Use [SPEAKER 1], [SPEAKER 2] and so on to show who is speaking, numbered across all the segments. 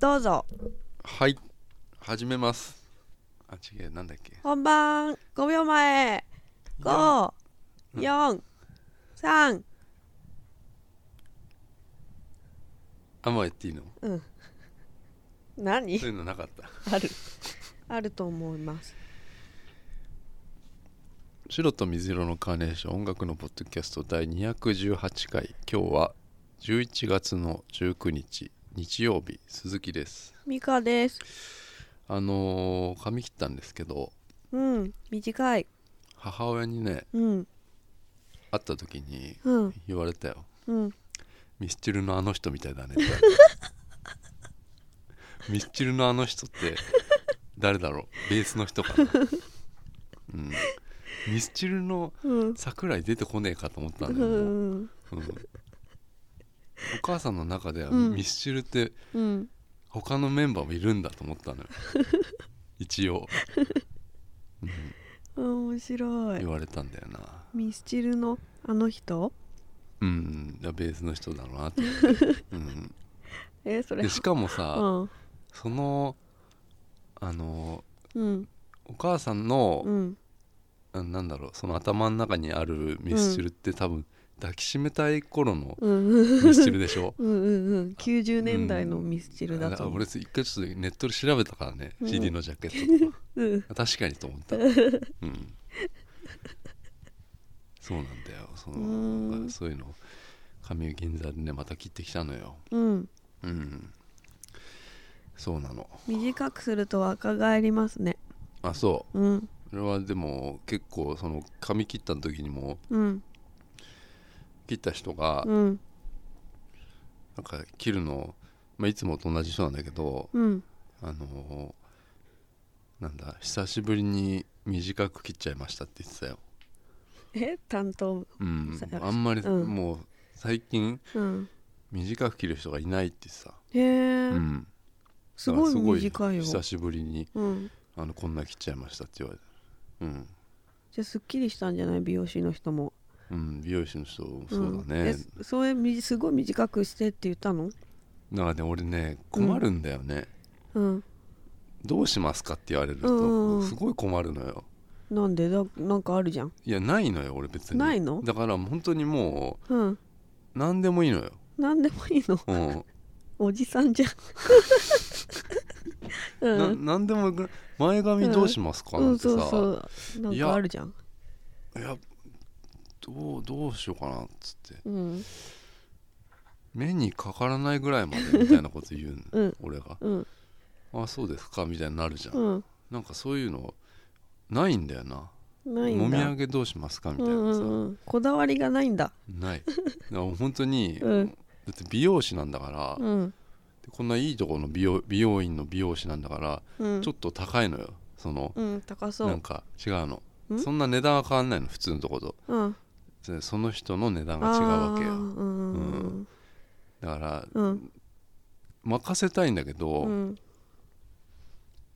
[SPEAKER 1] どうぞ
[SPEAKER 2] はい始めますあ違うなんだっけ
[SPEAKER 1] 本番5秒前543
[SPEAKER 2] うんあもうやっていいの
[SPEAKER 1] 何
[SPEAKER 2] そういうのなかった
[SPEAKER 1] ある あると思います
[SPEAKER 2] 白と水色のカーネーション音楽のポッドキャスト第218回今日は11月の19日日曜日鈴木です
[SPEAKER 1] ミカです
[SPEAKER 2] あのー、髪切ったんですけど
[SPEAKER 1] うん短い
[SPEAKER 2] 母親にね
[SPEAKER 1] うん
[SPEAKER 2] 会った時に
[SPEAKER 1] うん
[SPEAKER 2] 言われたよ
[SPEAKER 1] うん
[SPEAKER 2] ミスチルのあの人みたいだ ねってミスチルのあの人って誰だろうベースの人かな、うん、ミスチルの
[SPEAKER 1] うん
[SPEAKER 2] 桜井出てこねえかと思った
[SPEAKER 1] うん
[SPEAKER 2] だよ、もうんうんお母さんの中では
[SPEAKER 1] うん
[SPEAKER 2] ミスチルって
[SPEAKER 1] うん
[SPEAKER 2] 他のメンバーもいるんだと思ったのよ一応、うん
[SPEAKER 1] うん面白い
[SPEAKER 2] 言われたんだよな
[SPEAKER 1] ミスチルのあの人
[SPEAKER 2] うんいやベースの人だろうなと思って、うん、
[SPEAKER 1] えそれ
[SPEAKER 2] でしかもさ、
[SPEAKER 1] うん
[SPEAKER 2] そのあの
[SPEAKER 1] うん
[SPEAKER 2] お母さんの
[SPEAKER 1] う、ん
[SPEAKER 2] あなんだろうその頭の中にあるミスチルって多分抱きしめたい頃の
[SPEAKER 1] うん
[SPEAKER 2] ミスチルでしょ
[SPEAKER 1] うんうんうん90年代の ミスチルだ
[SPEAKER 2] だ
[SPEAKER 1] と
[SPEAKER 2] から
[SPEAKER 1] 思う
[SPEAKER 2] 俺一回ちょっとネットで調べたからね、
[SPEAKER 1] うん
[SPEAKER 2] CD のジャケッ トとか
[SPEAKER 1] うん
[SPEAKER 2] 確かにと思った、うん、そうなんだよその
[SPEAKER 1] うん
[SPEAKER 2] なんかそういうの髪銀座でねまた切ってきたのよ
[SPEAKER 1] うん
[SPEAKER 2] うんそうなの
[SPEAKER 1] 短くすると若返りますね
[SPEAKER 2] あそ
[SPEAKER 1] うん
[SPEAKER 2] う俺はでも結構その髪切った時にも
[SPEAKER 1] うん
[SPEAKER 2] 切った人が
[SPEAKER 1] うん
[SPEAKER 2] なんか切るの、まあ、いつもと同じ人なんだけど、
[SPEAKER 1] うん
[SPEAKER 2] あのーなんだ久しぶりに短く切っちゃいましたって言ってたよ、
[SPEAKER 1] え担当
[SPEAKER 2] うん
[SPEAKER 1] さ、
[SPEAKER 2] あんまり、
[SPEAKER 1] うん
[SPEAKER 2] もう最近
[SPEAKER 1] うん
[SPEAKER 2] 短く切る人がいないって言ってた、
[SPEAKER 1] へえ、
[SPEAKER 2] うん、
[SPEAKER 1] すごい
[SPEAKER 2] だから
[SPEAKER 1] 短いよ
[SPEAKER 2] 久しぶりに
[SPEAKER 1] うん
[SPEAKER 2] あのこんな切っちゃいましたって言われて、うん
[SPEAKER 1] じゃあすっきりしたんじゃない美容師の人も
[SPEAKER 2] うん、美容師の人そうだ
[SPEAKER 1] んえ
[SPEAKER 2] ね、
[SPEAKER 1] そういうみすごい短くしてって言ったの
[SPEAKER 2] だからね俺ね困るんだよね、
[SPEAKER 1] うん
[SPEAKER 2] どうしますかって言われる
[SPEAKER 1] うんう
[SPEAKER 2] と
[SPEAKER 1] ん
[SPEAKER 2] すごい困るのよ
[SPEAKER 1] なんでだなんかあるじゃん
[SPEAKER 2] いやないのよ俺別に
[SPEAKER 1] ないの
[SPEAKER 2] だから本当にも
[SPEAKER 1] うん
[SPEAKER 2] う何でもいいのよ、
[SPEAKER 1] なんでもいいの
[SPEAKER 2] うん
[SPEAKER 1] おじさんじゃんうん
[SPEAKER 2] な何でもよくない前髪どうしますか、
[SPEAKER 1] う
[SPEAKER 2] なん
[SPEAKER 1] ん
[SPEAKER 2] てさ、
[SPEAKER 1] そうそうなん
[SPEAKER 2] いや
[SPEAKER 1] かあるじゃん
[SPEAKER 2] いやどうどうしようかなっつって
[SPEAKER 1] うん
[SPEAKER 2] 目にかからないぐらいまでみたいなこと言うの、
[SPEAKER 1] うん
[SPEAKER 2] 俺が
[SPEAKER 1] うん
[SPEAKER 2] 「あそうですか」みたいになるじゃん、
[SPEAKER 1] うん
[SPEAKER 2] なんかそういうのないんだよな
[SPEAKER 1] ない
[SPEAKER 2] も
[SPEAKER 1] ん
[SPEAKER 2] み
[SPEAKER 1] だ
[SPEAKER 2] あげどうしますかみたい
[SPEAKER 1] うん
[SPEAKER 2] な
[SPEAKER 1] う
[SPEAKER 2] さ、
[SPEAKER 1] んうんこだわりがないんだ
[SPEAKER 2] ないだからもう本当に、
[SPEAKER 1] うん
[SPEAKER 2] だって美容師なんだから、
[SPEAKER 1] うん
[SPEAKER 2] こんないいとこの美容美容院の美容師なんだから、
[SPEAKER 1] うん
[SPEAKER 2] ちょっと高いのよその、
[SPEAKER 1] うん高そ
[SPEAKER 2] なん
[SPEAKER 1] う
[SPEAKER 2] か違うの
[SPEAKER 1] ん
[SPEAKER 2] そんな値段は変わんないの普通のとこと
[SPEAKER 1] うん
[SPEAKER 2] そその人の値段が
[SPEAKER 1] あ
[SPEAKER 2] 違う
[SPEAKER 1] ー
[SPEAKER 2] わけ
[SPEAKER 1] う
[SPEAKER 2] よ
[SPEAKER 1] んうん
[SPEAKER 2] だから
[SPEAKER 1] うん
[SPEAKER 2] 任せたいんだけど、
[SPEAKER 1] うん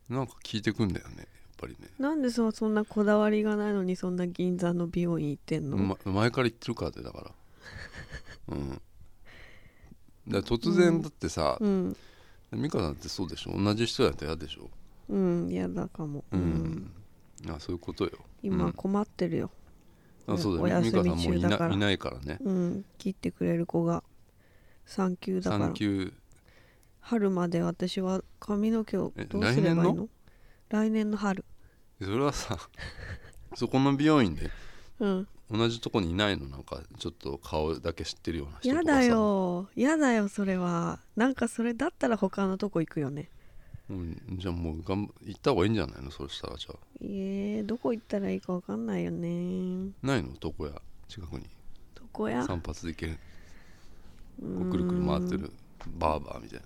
[SPEAKER 2] なんか聞いてくんだよねやっぱりね、
[SPEAKER 1] なんでそうそんなこだわりがないのにそんな銀座の美容院行ってんの、
[SPEAKER 2] ま前から言ってるからでだからうんだから突然だってさ、
[SPEAKER 1] うん
[SPEAKER 2] 美香さんってそうでしょ同じ人だと嫌でしょ
[SPEAKER 1] うん嫌だかも、
[SPEAKER 2] うん、あそういうことよう
[SPEAKER 1] 今
[SPEAKER 2] ん
[SPEAKER 1] 困ってるよ
[SPEAKER 2] あそう
[SPEAKER 1] お
[SPEAKER 2] だね美
[SPEAKER 1] 休
[SPEAKER 2] 香さん
[SPEAKER 1] み
[SPEAKER 2] もう
[SPEAKER 1] 中
[SPEAKER 2] い
[SPEAKER 1] だから
[SPEAKER 2] ないないからね
[SPEAKER 1] うん切ってくれる子が産休だから
[SPEAKER 2] 産休
[SPEAKER 1] 春まで私は髪の毛を
[SPEAKER 2] え
[SPEAKER 1] どうすればいいの来
[SPEAKER 2] 来年
[SPEAKER 1] 年の春
[SPEAKER 2] それはさそこの美容院で
[SPEAKER 1] うん
[SPEAKER 2] 同じとこにいないのなんかちょっと顔だけ知ってるような人と
[SPEAKER 1] や
[SPEAKER 2] かさ
[SPEAKER 1] だよやだよそれはなんかそれだったら他のとこ行くよね
[SPEAKER 2] うん、じゃあもうがん行った方がいいんじゃないのそしたらじゃあ
[SPEAKER 1] えー、どこ行ったらいいか分かんないよね
[SPEAKER 2] ないの床屋近くに
[SPEAKER 1] どこや
[SPEAKER 2] 散髪で行ける
[SPEAKER 1] う
[SPEAKER 2] こ
[SPEAKER 1] ん
[SPEAKER 2] うくるくる回ってるバーバーみたい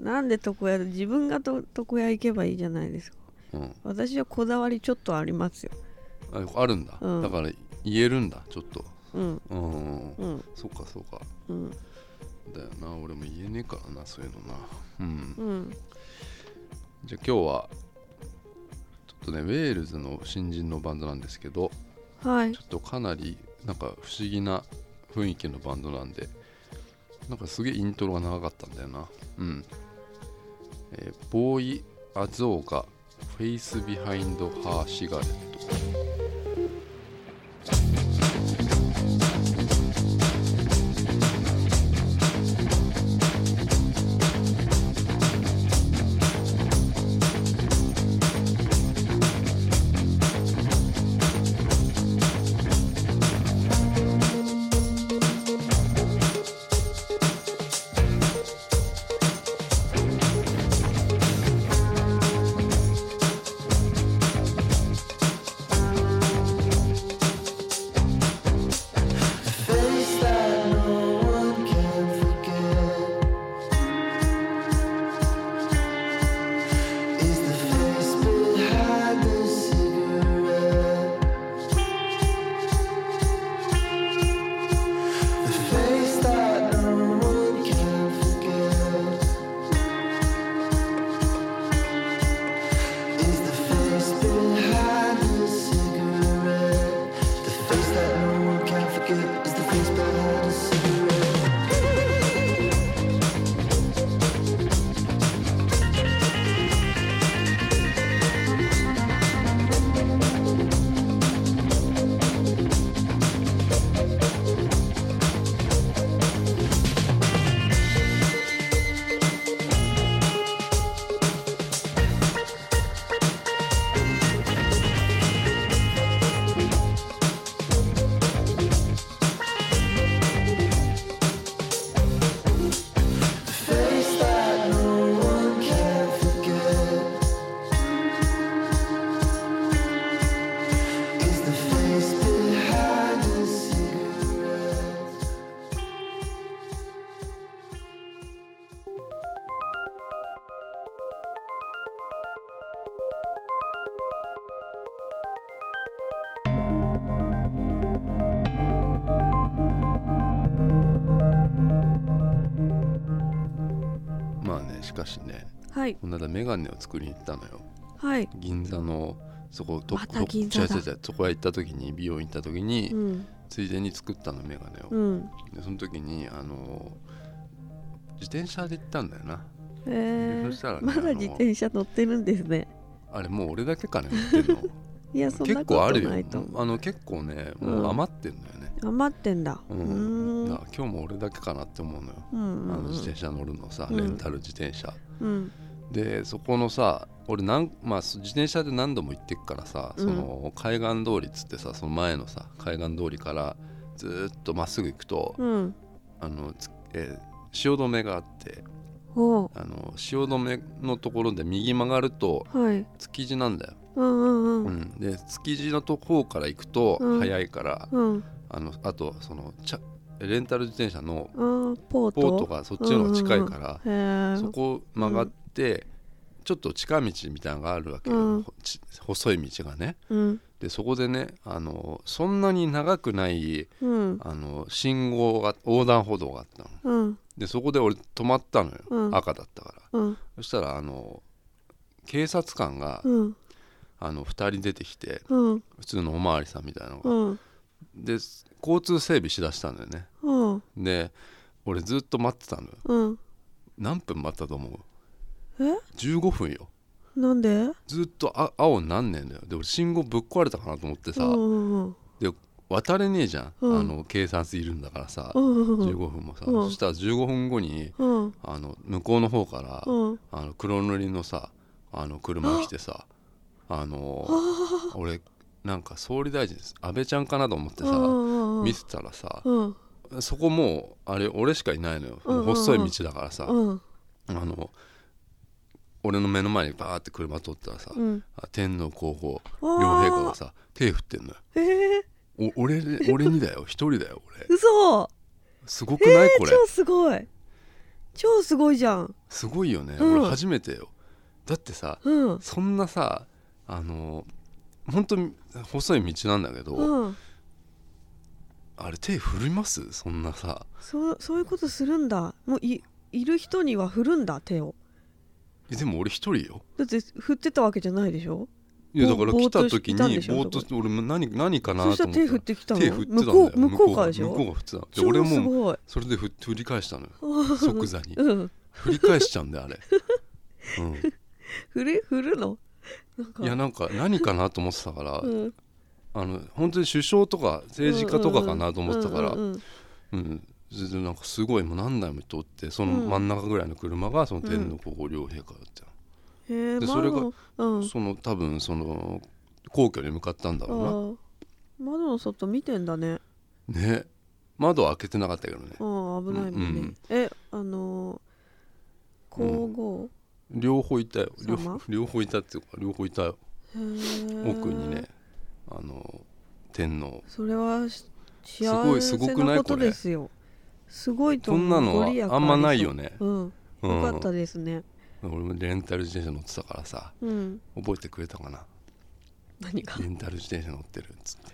[SPEAKER 1] なんで床屋で自分がと床屋行けばいいじゃないですか
[SPEAKER 2] な、うん、
[SPEAKER 1] 私はこだわりちょっとありますよ
[SPEAKER 2] ああるんだ、
[SPEAKER 1] うん
[SPEAKER 2] だから言えるんだちょっと
[SPEAKER 1] うん
[SPEAKER 2] うん、
[SPEAKER 1] う
[SPEAKER 2] うん、
[SPEAKER 1] ん
[SPEAKER 2] そっかそっか
[SPEAKER 1] うん
[SPEAKER 2] だよな俺も言えねえからなそういうのなうん
[SPEAKER 1] うん
[SPEAKER 2] じゃあ今日はちょっとねウェールズの新人のバンドなんですけど
[SPEAKER 1] はい
[SPEAKER 2] ちょっとかなりなんか不思議な雰囲気のバンドなんでなんかすげえイントロが長かったんだよなうんえーボーイ・アズオがフェイス・ビハインド・ハー・シガレットまあねしかしね
[SPEAKER 1] はい
[SPEAKER 2] この間メガネを作りに行ったのよ
[SPEAKER 1] はい
[SPEAKER 2] 銀座のそこと
[SPEAKER 1] また銀座だ
[SPEAKER 2] と違う違う違うそこへ行った時に美容院行った時に、
[SPEAKER 1] うん
[SPEAKER 2] ついでに作ったのメガネを、
[SPEAKER 1] うん
[SPEAKER 2] でその時にあの自転車で行ったんだよな
[SPEAKER 1] えー
[SPEAKER 2] そしたらね
[SPEAKER 1] まだ自転車乗ってるんですね
[SPEAKER 2] あれもう俺だけかね売って んの
[SPEAKER 1] いやそんな
[SPEAKER 2] 結
[SPEAKER 1] こ
[SPEAKER 2] 構あ
[SPEAKER 1] と
[SPEAKER 2] るよ
[SPEAKER 1] ないと思
[SPEAKER 2] あの結構ね
[SPEAKER 1] うん
[SPEAKER 2] もう余ってんだよね、
[SPEAKER 1] う余ってんだ
[SPEAKER 2] う
[SPEAKER 1] うんん
[SPEAKER 2] だから今日も俺だけかなって思うのよ、
[SPEAKER 1] うん
[SPEAKER 2] あの自転車乗るのさ
[SPEAKER 1] うん
[SPEAKER 2] レンタル自転車、
[SPEAKER 1] うん
[SPEAKER 2] でそこのさ俺なん、まあ、自転車で何度も行ってっからさ
[SPEAKER 1] う
[SPEAKER 2] そ
[SPEAKER 1] ん
[SPEAKER 2] の海岸通りっつってさその前のさ海岸通りからずーっとまっすぐ行くと、
[SPEAKER 1] うん
[SPEAKER 2] あのつえー汐留があって
[SPEAKER 1] お
[SPEAKER 2] あの汐留のところで右曲がると
[SPEAKER 1] うはい
[SPEAKER 2] 築地なんだよ、
[SPEAKER 1] うんうん
[SPEAKER 2] う
[SPEAKER 1] うん
[SPEAKER 2] ん、で築地のとこから行くと
[SPEAKER 1] うん
[SPEAKER 2] 早いから、
[SPEAKER 1] うん
[SPEAKER 2] あのあとそのチャレンタル自転車の
[SPEAKER 1] あーポート
[SPEAKER 2] ポートがそっちの方が近いから、
[SPEAKER 1] へー
[SPEAKER 2] そこを曲がって、ちょっと近道みたいなのがあるわけよ、
[SPEAKER 1] うん
[SPEAKER 2] ほち細い道がね
[SPEAKER 1] うん
[SPEAKER 2] でそこでねあのそんなに長くない
[SPEAKER 1] うん
[SPEAKER 2] あの信号が横断歩道があったの
[SPEAKER 1] うん
[SPEAKER 2] でそこで俺止まったのよ、
[SPEAKER 1] うん
[SPEAKER 2] 赤だったから
[SPEAKER 1] うん
[SPEAKER 2] そしたらあの警察官が、
[SPEAKER 1] うん
[SPEAKER 2] あの2人出てきて
[SPEAKER 1] うん
[SPEAKER 2] 普通のおまわりさんみたいなのが、
[SPEAKER 1] うん
[SPEAKER 2] で交通整備しだしたんだよね
[SPEAKER 1] うん
[SPEAKER 2] で俺ずっと待ってたのよ
[SPEAKER 1] うん
[SPEAKER 2] 何分待ったと思う
[SPEAKER 1] え
[SPEAKER 2] 15分よ
[SPEAKER 1] なんで
[SPEAKER 2] ずっとあ青になんねえんだよで俺信号ぶっ壊れたかなと思ってさ、
[SPEAKER 1] うんうん
[SPEAKER 2] 渡れねえじゃん、
[SPEAKER 1] うん
[SPEAKER 2] あの警察いるんだからさ、
[SPEAKER 1] うんうんうん
[SPEAKER 2] 15分もさ、
[SPEAKER 1] うん
[SPEAKER 2] そしたら15分後に
[SPEAKER 1] うん
[SPEAKER 2] あの向こうの方から、
[SPEAKER 1] うん
[SPEAKER 2] あの黒塗りのさあの車が来てさあの俺なんか総理大臣です安倍ちゃんかなと思って
[SPEAKER 1] うん
[SPEAKER 2] さ
[SPEAKER 1] うんうん
[SPEAKER 2] 見てたらさ
[SPEAKER 1] うん
[SPEAKER 2] そこもうあれ俺しかいないのよ
[SPEAKER 1] うんうんうん
[SPEAKER 2] 細い道だからさ
[SPEAKER 1] うん
[SPEAKER 2] あの俺の目の前にバーって車通ったらさ
[SPEAKER 1] うん
[SPEAKER 2] あ天皇皇后
[SPEAKER 1] わ
[SPEAKER 2] 両
[SPEAKER 1] ー
[SPEAKER 2] 陛下がさ手振ってんのよ
[SPEAKER 1] えー
[SPEAKER 2] お 俺で俺にだよ一人だよ俺
[SPEAKER 1] 嘘
[SPEAKER 2] すごくないこれ
[SPEAKER 1] 超すごい超すごいじゃん
[SPEAKER 2] すごいよね
[SPEAKER 1] うん
[SPEAKER 2] 俺初めてよだってさ
[SPEAKER 1] うん
[SPEAKER 2] そんなさあの本当に細い道なんだけど、
[SPEAKER 1] うん
[SPEAKER 2] あれ手振りますそんなさ
[SPEAKER 1] そうそういうことするんだもういいる人には振るんだ手を
[SPEAKER 2] えでも俺一人よ
[SPEAKER 1] だって振ってたわけじゃないでしょ
[SPEAKER 2] いやだから
[SPEAKER 1] ぼ
[SPEAKER 2] 来た時
[SPEAKER 1] ぼーっとしていたん
[SPEAKER 2] に
[SPEAKER 1] でしょ
[SPEAKER 2] ぼーっとして俺も何何かな
[SPEAKER 1] そ
[SPEAKER 2] と
[SPEAKER 1] し
[SPEAKER 2] 思った
[SPEAKER 1] ら手振ってきたの
[SPEAKER 2] 手振ってたんだ
[SPEAKER 1] 向
[SPEAKER 2] よ
[SPEAKER 1] こう向こうからでし
[SPEAKER 2] 向こう
[SPEAKER 1] ょ
[SPEAKER 2] が振ってたので
[SPEAKER 1] 超
[SPEAKER 2] 俺
[SPEAKER 1] す
[SPEAKER 2] も
[SPEAKER 1] ごい
[SPEAKER 2] それで振振り返したのよ
[SPEAKER 1] うん
[SPEAKER 2] 即座に
[SPEAKER 1] うん
[SPEAKER 2] 振り返しちゃうんだよあれ
[SPEAKER 1] 振る振るのなん
[SPEAKER 2] う
[SPEAKER 1] か
[SPEAKER 2] ん、いやなんか何かなと思ってたから、
[SPEAKER 1] うん
[SPEAKER 2] あの本当に首相とか政治家とかかなと思ってたから、
[SPEAKER 1] うんうんうん
[SPEAKER 2] うん、それでなんかすごいもう何台も通ってその真ん中ぐらいの車がその天皇皇后両陛下だった、
[SPEAKER 1] へえ
[SPEAKER 2] で
[SPEAKER 1] まあ
[SPEAKER 2] それが
[SPEAKER 1] でもうん
[SPEAKER 2] その多分その皇居に向かったんだろ
[SPEAKER 1] あー窓の外見てんだね
[SPEAKER 2] うなね窓は開けてなかったけどね
[SPEAKER 1] ああ危ないもんね、
[SPEAKER 2] うんうん
[SPEAKER 1] えあのー皇
[SPEAKER 2] 両方いたよ両
[SPEAKER 1] 様
[SPEAKER 2] 両方いたっていうか両方いたよ
[SPEAKER 1] 后、へえ
[SPEAKER 2] 奥にねあの天皇
[SPEAKER 1] それはし幸
[SPEAKER 2] すごいす
[SPEAKER 1] せ
[SPEAKER 2] ごくな
[SPEAKER 1] な
[SPEAKER 2] い
[SPEAKER 1] こと
[SPEAKER 2] これ
[SPEAKER 1] ですよすごいと
[SPEAKER 2] こ
[SPEAKER 1] 思うん
[SPEAKER 2] なの
[SPEAKER 1] ご利益
[SPEAKER 2] はあんまないよね
[SPEAKER 1] り、そう
[SPEAKER 2] う
[SPEAKER 1] うんんよかったですね
[SPEAKER 2] 俺もレンタル自転車乗ってたからさ
[SPEAKER 1] うん
[SPEAKER 2] 覚えてくれたかな
[SPEAKER 1] 何か
[SPEAKER 2] レンタル自転車乗ってるっつって、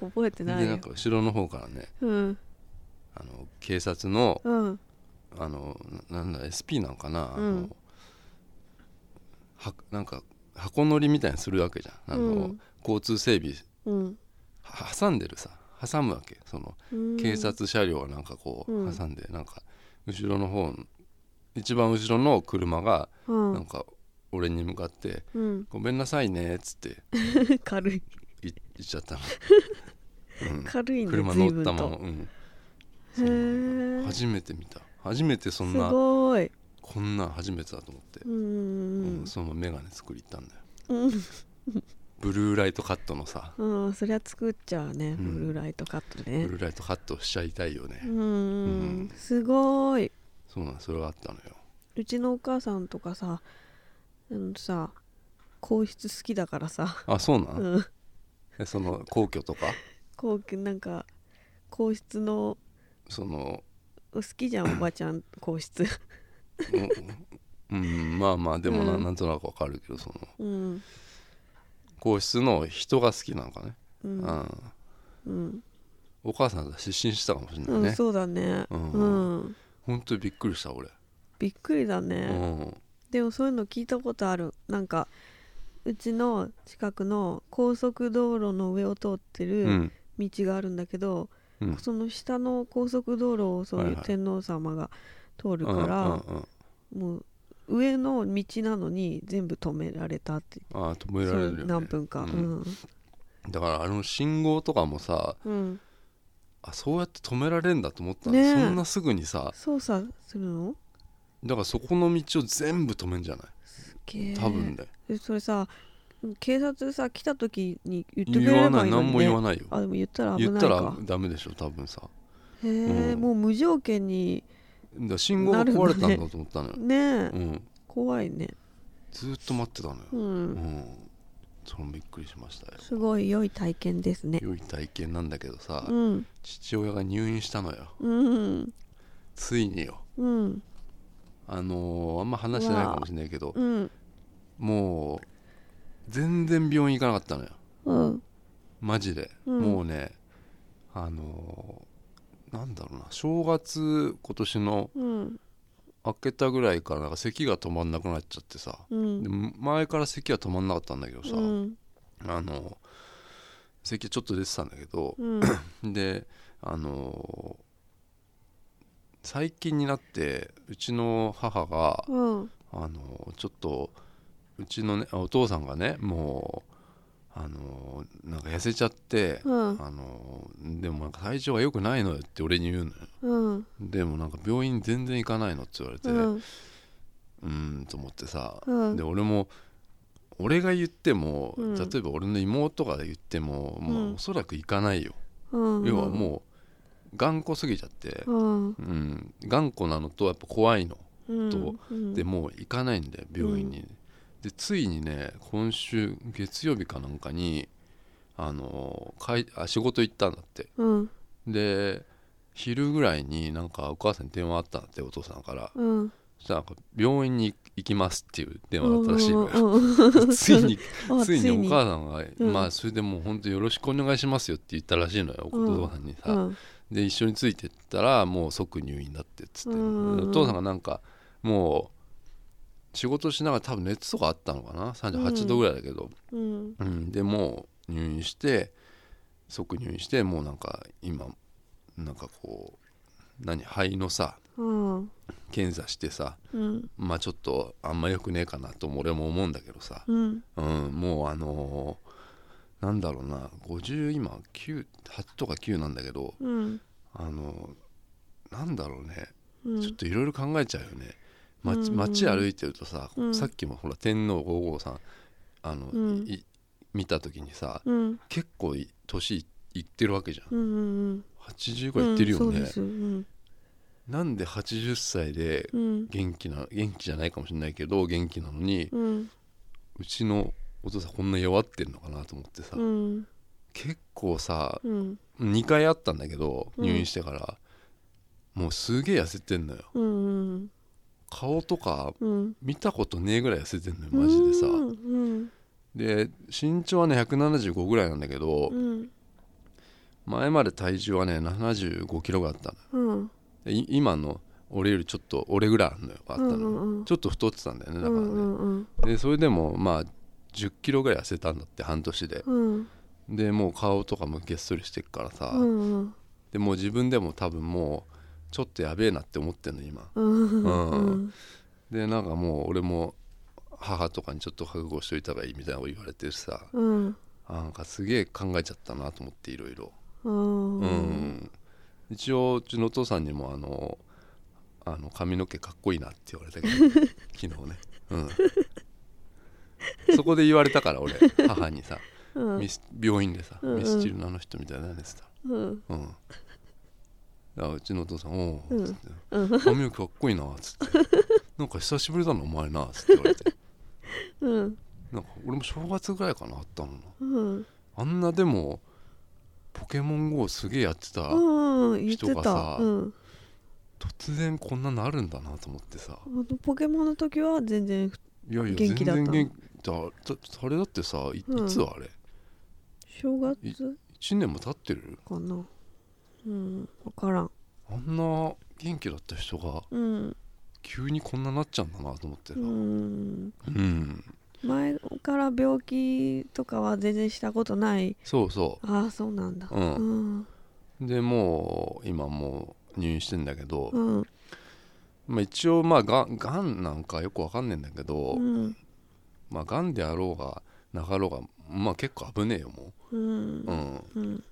[SPEAKER 2] うん、
[SPEAKER 1] 覚えてな
[SPEAKER 2] で
[SPEAKER 1] い
[SPEAKER 2] な
[SPEAKER 1] よ
[SPEAKER 2] んか後ろの方からね
[SPEAKER 1] うん
[SPEAKER 2] あの警察の
[SPEAKER 1] うん
[SPEAKER 2] あのななんだ SP なんか
[SPEAKER 1] う
[SPEAKER 2] な、
[SPEAKER 1] ん
[SPEAKER 2] あのはなんか箱乗りみたいにするわけじゃんあの、
[SPEAKER 1] うん
[SPEAKER 2] 交通整備
[SPEAKER 1] うん
[SPEAKER 2] は挟んでるさ挟むわけその
[SPEAKER 1] うん
[SPEAKER 2] 警察車両をなんかこう
[SPEAKER 1] うん
[SPEAKER 2] 挟んで、なんか後ろの方一番後ろの車が
[SPEAKER 1] う
[SPEAKER 2] なん
[SPEAKER 1] ん、
[SPEAKER 2] か俺に向かって
[SPEAKER 1] う
[SPEAKER 2] 「
[SPEAKER 1] ん、
[SPEAKER 2] ごめんなさいね」っつって
[SPEAKER 1] 軽い
[SPEAKER 2] い言っち ゃったの、うん
[SPEAKER 1] 軽いね
[SPEAKER 2] 車
[SPEAKER 1] 随
[SPEAKER 2] 乗っ
[SPEAKER 1] 分
[SPEAKER 2] た
[SPEAKER 1] と
[SPEAKER 2] まま、うん、
[SPEAKER 1] へえ
[SPEAKER 2] 初めて見た初めてそん
[SPEAKER 1] す
[SPEAKER 2] な
[SPEAKER 1] ごい
[SPEAKER 2] こんなん初めてだと思って
[SPEAKER 1] うんう
[SPEAKER 2] うん
[SPEAKER 1] ん
[SPEAKER 2] その眼鏡作り行ったんだよ
[SPEAKER 1] うん
[SPEAKER 2] ブルーライトカットのさ
[SPEAKER 1] うん、うん、そりゃ作っちゃうね、
[SPEAKER 2] うん
[SPEAKER 1] ブルーライトカット
[SPEAKER 2] ブ
[SPEAKER 1] ね
[SPEAKER 2] ルーライトカットしちゃいたいよね、
[SPEAKER 1] うん、うん
[SPEAKER 2] うん
[SPEAKER 1] すごい
[SPEAKER 2] そうなんそれがあったのよ
[SPEAKER 1] うちのお母さんとかさあのさ皇室好きだからさ、
[SPEAKER 2] あそうなん、
[SPEAKER 1] うん、
[SPEAKER 2] えその皇居とか
[SPEAKER 1] 皇居なんか皇室の
[SPEAKER 2] その
[SPEAKER 1] 好きじゃ んおばちゃん皇室
[SPEAKER 2] うんうんまあまあでもな,、
[SPEAKER 1] うん
[SPEAKER 2] ん、なんとなくわかるけどその
[SPEAKER 1] うん
[SPEAKER 2] 皇室の人が好きなのかね、
[SPEAKER 1] う
[SPEAKER 2] うん
[SPEAKER 1] んうん、
[SPEAKER 2] お母さんが失神したかもしれな
[SPEAKER 1] う
[SPEAKER 2] い
[SPEAKER 1] ん
[SPEAKER 2] ね、
[SPEAKER 1] そうだね
[SPEAKER 2] う
[SPEAKER 1] うんん、
[SPEAKER 2] 本当にびっくりした俺、
[SPEAKER 1] びっくりだ
[SPEAKER 2] う
[SPEAKER 1] ね、
[SPEAKER 2] ん、
[SPEAKER 1] でもそういうの聞いたことあるなんかうちの近くの高速道路の上を通って
[SPEAKER 2] う
[SPEAKER 1] る
[SPEAKER 2] ん
[SPEAKER 1] 道があるんだけど、
[SPEAKER 2] うん
[SPEAKER 1] その下の高速道路をそう
[SPEAKER 2] はいいうはい
[SPEAKER 1] 天皇様が通る
[SPEAKER 2] うん
[SPEAKER 1] から、
[SPEAKER 2] うんうん
[SPEAKER 1] もう上の道なのに全部止められたって
[SPEAKER 2] あ止め
[SPEAKER 1] そ
[SPEAKER 2] られるよ、
[SPEAKER 1] う
[SPEAKER 2] ね、
[SPEAKER 1] 何分か
[SPEAKER 2] う
[SPEAKER 1] うんん
[SPEAKER 2] だからあの信号とかもさ
[SPEAKER 1] うん
[SPEAKER 2] あそうやって止められんだと思ったの、
[SPEAKER 1] ねえ
[SPEAKER 2] そんなすぐにさ
[SPEAKER 1] 操作するの
[SPEAKER 2] だからそこの道を全部止めんじゃない
[SPEAKER 1] けー
[SPEAKER 2] 多分ね、
[SPEAKER 1] でそれさ警察さ来た時に言ってく
[SPEAKER 2] 言
[SPEAKER 1] れれ
[SPEAKER 2] わな
[SPEAKER 1] ば
[SPEAKER 2] い、
[SPEAKER 1] いいの
[SPEAKER 2] 何
[SPEAKER 1] に、
[SPEAKER 2] も言わ
[SPEAKER 1] ね、
[SPEAKER 2] ないよ
[SPEAKER 1] あでも言ったら危
[SPEAKER 2] 言
[SPEAKER 1] な
[SPEAKER 2] っ
[SPEAKER 1] い
[SPEAKER 2] たら
[SPEAKER 1] か
[SPEAKER 2] ダメでしょ多分さだか
[SPEAKER 1] へえ、
[SPEAKER 2] うん
[SPEAKER 1] もう無条件に
[SPEAKER 2] ら信号が壊れたんだと思ったのよ、
[SPEAKER 1] ねえ、
[SPEAKER 2] うん、
[SPEAKER 1] 怖いね
[SPEAKER 2] ずーっと待ってたのよ、
[SPEAKER 1] う
[SPEAKER 2] うん
[SPEAKER 1] ん
[SPEAKER 2] それもびっくりしましたよ
[SPEAKER 1] すごい良い体験ですね
[SPEAKER 2] 良い体験なんだけどさ、
[SPEAKER 1] うん
[SPEAKER 2] 父親が入院したのよ
[SPEAKER 1] うん
[SPEAKER 2] ついによ
[SPEAKER 1] うん
[SPEAKER 2] あのーあんま話してないかもしれないけど
[SPEAKER 1] うん
[SPEAKER 2] もう全然病院行かなかったのよ
[SPEAKER 1] うん
[SPEAKER 2] マジで、
[SPEAKER 1] うん
[SPEAKER 2] もうねあのーなんだろうな正月今年の
[SPEAKER 1] うん
[SPEAKER 2] 明けたぐらいからなんか咳が止まんなくなっちゃってさ、
[SPEAKER 1] うん
[SPEAKER 2] で前から咳は止まんなかったんだけどさ、
[SPEAKER 1] うん
[SPEAKER 2] あの咳ちょっと出てたんだけど、
[SPEAKER 1] うん
[SPEAKER 2] であのー最近になってうちの母が、
[SPEAKER 1] うん
[SPEAKER 2] あのちょっとうちのねあお父さんがねもうあのなんか痩せちゃって、
[SPEAKER 1] うん
[SPEAKER 2] あのでもなんか体調が良くないのよって俺に言うのよ
[SPEAKER 1] うん
[SPEAKER 2] でもなんか病院全然行かないのって言われて
[SPEAKER 1] う
[SPEAKER 2] うん
[SPEAKER 1] ん
[SPEAKER 2] ーんと思ってさ、
[SPEAKER 1] うん
[SPEAKER 2] で俺も俺が言っても、
[SPEAKER 1] うん
[SPEAKER 2] 例えば俺の妹が言っても、ま
[SPEAKER 1] う
[SPEAKER 2] あ
[SPEAKER 1] ん
[SPEAKER 2] おそらく行かないよ、
[SPEAKER 1] うん
[SPEAKER 2] 要はもう頑固すぎちゃって、
[SPEAKER 1] うん
[SPEAKER 2] うん、頑固なのとやっぱ怖いの、
[SPEAKER 1] うん
[SPEAKER 2] と
[SPEAKER 1] うん
[SPEAKER 2] でもう行かないんだよ病院に、でついにね今週月曜日かなんかにあのかいあ仕事行ったんだって
[SPEAKER 1] うん
[SPEAKER 2] で昼ぐらいになんかお母さんに電話あったんだってお父さんから
[SPEAKER 1] うん
[SPEAKER 2] そしたらなんか病院に行きますっていう電話だったらしいのよ
[SPEAKER 1] うん
[SPEAKER 2] ついに
[SPEAKER 1] あ
[SPEAKER 2] ついにお母さんが、
[SPEAKER 1] うん
[SPEAKER 2] まあそれでもう本当よろしくお願いしますよって言ったらしいのよ、
[SPEAKER 1] うん
[SPEAKER 2] お父さんにさ、
[SPEAKER 1] うん
[SPEAKER 2] で一緒についてったらもう即入院だってっつって、
[SPEAKER 1] うん
[SPEAKER 2] お父さんがなんかもう仕事しながら多分熱とかあったのかな38度ぐらいだけど、
[SPEAKER 1] うん
[SPEAKER 2] うんでもう入院して即入院してもうなんか今なんかこう何肺のさ
[SPEAKER 1] うん
[SPEAKER 2] 検査してさ
[SPEAKER 1] うん
[SPEAKER 2] まあちょっとあんま良くねえかなとも俺も思うんだけどさ、
[SPEAKER 1] うん
[SPEAKER 2] うん、もうあのーなんだろうな50今9 8とか9なんだけど
[SPEAKER 1] うん
[SPEAKER 2] あのーなんだろうね
[SPEAKER 1] う
[SPEAKER 2] ちょっ
[SPEAKER 1] ん
[SPEAKER 2] といろいろ考えちゃうよね街
[SPEAKER 1] うん
[SPEAKER 2] 街歩いてるとさ、
[SPEAKER 1] うん
[SPEAKER 2] さっきもほら天皇皇后さんあの、
[SPEAKER 1] うん
[SPEAKER 2] い見た時にさ
[SPEAKER 1] うん
[SPEAKER 2] 結構い年いいってるわけじゃん
[SPEAKER 1] うんうん
[SPEAKER 2] 80
[SPEAKER 1] う
[SPEAKER 2] ぐ
[SPEAKER 1] ん
[SPEAKER 2] らいいってるよ
[SPEAKER 1] うんそう
[SPEAKER 2] ね
[SPEAKER 1] で、すうん
[SPEAKER 2] なんで80歳で
[SPEAKER 1] うん
[SPEAKER 2] 元気な元気じゃないかもしれないけど元気なのに、
[SPEAKER 1] うん
[SPEAKER 2] うちのお父さんこんな弱ってんのかなと思ってさ、
[SPEAKER 1] うん
[SPEAKER 2] 結構さ
[SPEAKER 1] うん
[SPEAKER 2] 2回あったんだけど
[SPEAKER 1] うん
[SPEAKER 2] 入院してから、もうすげえ痩せてんのよ
[SPEAKER 1] うん
[SPEAKER 2] 顔とか
[SPEAKER 1] うん
[SPEAKER 2] 見たことねえぐらい痩せてんのよマジでさ、
[SPEAKER 1] うんうん
[SPEAKER 2] で身長はね175ぐらいなんだけど、
[SPEAKER 1] うん
[SPEAKER 2] 前まで体重はね75キロぐらいあったの
[SPEAKER 1] うん
[SPEAKER 2] でい今の俺よりちょっと俺ぐらいあんのよあったの、
[SPEAKER 1] うんうん
[SPEAKER 2] ちょっと太ってたんだよねだ
[SPEAKER 1] う
[SPEAKER 2] からね、
[SPEAKER 1] んうん
[SPEAKER 2] でそれでもまあ10キロぐらい痩せたんだって半年で
[SPEAKER 1] うん
[SPEAKER 2] でもう顔とかもげっそりしてっからさ、
[SPEAKER 1] うん
[SPEAKER 2] でもう自分でも多分もうちょっとやべえなって思ってんの今
[SPEAKER 1] うん
[SPEAKER 2] うんでなんかもう俺も母とかにちょっと覚悟しといた方がいいみたいなこと言われてさ
[SPEAKER 1] うん
[SPEAKER 2] あなんかすげえ考えちゃったなと思っていろいろ
[SPEAKER 1] うん
[SPEAKER 2] う
[SPEAKER 1] うん
[SPEAKER 2] ん一応うちのお父さんにもあのあの髪の毛かっこいいなって言わ れたけど昨日ねうんそこで言われたから俺母にさミス病院でさ、
[SPEAKER 1] うんうん
[SPEAKER 2] ミスチルのあの人みたいなんです
[SPEAKER 1] うん
[SPEAKER 2] うん。だからうちのお父さん「おお」
[SPEAKER 1] うん
[SPEAKER 2] つって
[SPEAKER 1] う
[SPEAKER 2] 「髪の毛かっこいいな」つって「なんか久しぶりだなお前な」つって言われて
[SPEAKER 1] うん
[SPEAKER 2] なんか俺も正月ぐらいかなあったのな
[SPEAKER 1] うん
[SPEAKER 2] あんなでもポケモン GO すげえやってた、
[SPEAKER 1] うん言っ
[SPEAKER 2] 人
[SPEAKER 1] て
[SPEAKER 2] が
[SPEAKER 1] た
[SPEAKER 2] さ
[SPEAKER 1] うん
[SPEAKER 2] 突然こんななるんだなと思ってさ
[SPEAKER 1] ポケモンの時は全然
[SPEAKER 2] いやいや
[SPEAKER 1] 元
[SPEAKER 2] 全
[SPEAKER 1] 気だった
[SPEAKER 2] 然
[SPEAKER 1] の
[SPEAKER 2] 元気だだあれだってさいい
[SPEAKER 1] うん
[SPEAKER 2] つあれ、
[SPEAKER 1] 正月
[SPEAKER 2] 1年も経ってる
[SPEAKER 1] かなうん分からん
[SPEAKER 2] あんな元気だった人が
[SPEAKER 1] うん
[SPEAKER 2] 急にこんななっちゃうんだなと思ってさ
[SPEAKER 1] うん
[SPEAKER 2] うん、
[SPEAKER 1] 前から病気とかは全然したことない
[SPEAKER 2] そうそう
[SPEAKER 1] ああそうなんだ
[SPEAKER 2] うん
[SPEAKER 1] うん
[SPEAKER 2] でもう今もう入院してんだけど、
[SPEAKER 1] うん
[SPEAKER 2] まあ、一応まあがんがんなんかよくわかんねえんだけど、
[SPEAKER 1] うん
[SPEAKER 2] まあがんであろうがなかろうがまあ結構危ねえよも
[SPEAKER 1] う
[SPEAKER 2] う、うんん、っ
[SPEAKER 1] うん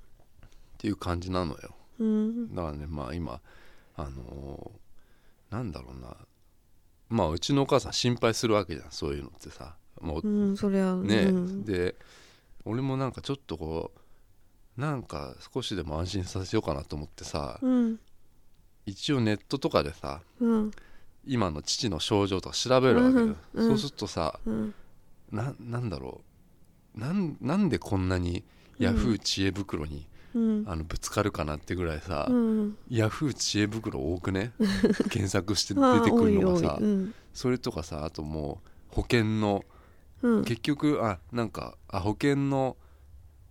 [SPEAKER 2] ていう感じなのよ
[SPEAKER 1] うん
[SPEAKER 2] だからねまあ今あのーなんだろうなまあうちのお母さん心配するわけじゃんそういうのってさも
[SPEAKER 1] う
[SPEAKER 2] うん
[SPEAKER 1] それは
[SPEAKER 2] ね、
[SPEAKER 1] うん
[SPEAKER 2] で俺もなんかちょっとこうなんか少しでも安心させようかなと思ってさ、
[SPEAKER 1] うん
[SPEAKER 2] 一応ネットとかでさ、
[SPEAKER 1] うん
[SPEAKER 2] 今の父の症状とか調べるわけだよ、
[SPEAKER 1] うんうん
[SPEAKER 2] そうするとさ
[SPEAKER 1] うん
[SPEAKER 2] ななんだろうなんなんでこんなにヤフー知恵袋に、
[SPEAKER 1] うん
[SPEAKER 2] あのぶつかるかなってぐらいさ、
[SPEAKER 1] うん
[SPEAKER 2] ヤフー知恵袋多 くね検索して
[SPEAKER 1] ああ
[SPEAKER 2] 出てくるのが
[SPEAKER 1] 多い
[SPEAKER 2] さ
[SPEAKER 1] 多いうん
[SPEAKER 2] それとかさあともう保険の
[SPEAKER 1] うん
[SPEAKER 2] 結局あなんかあ保険の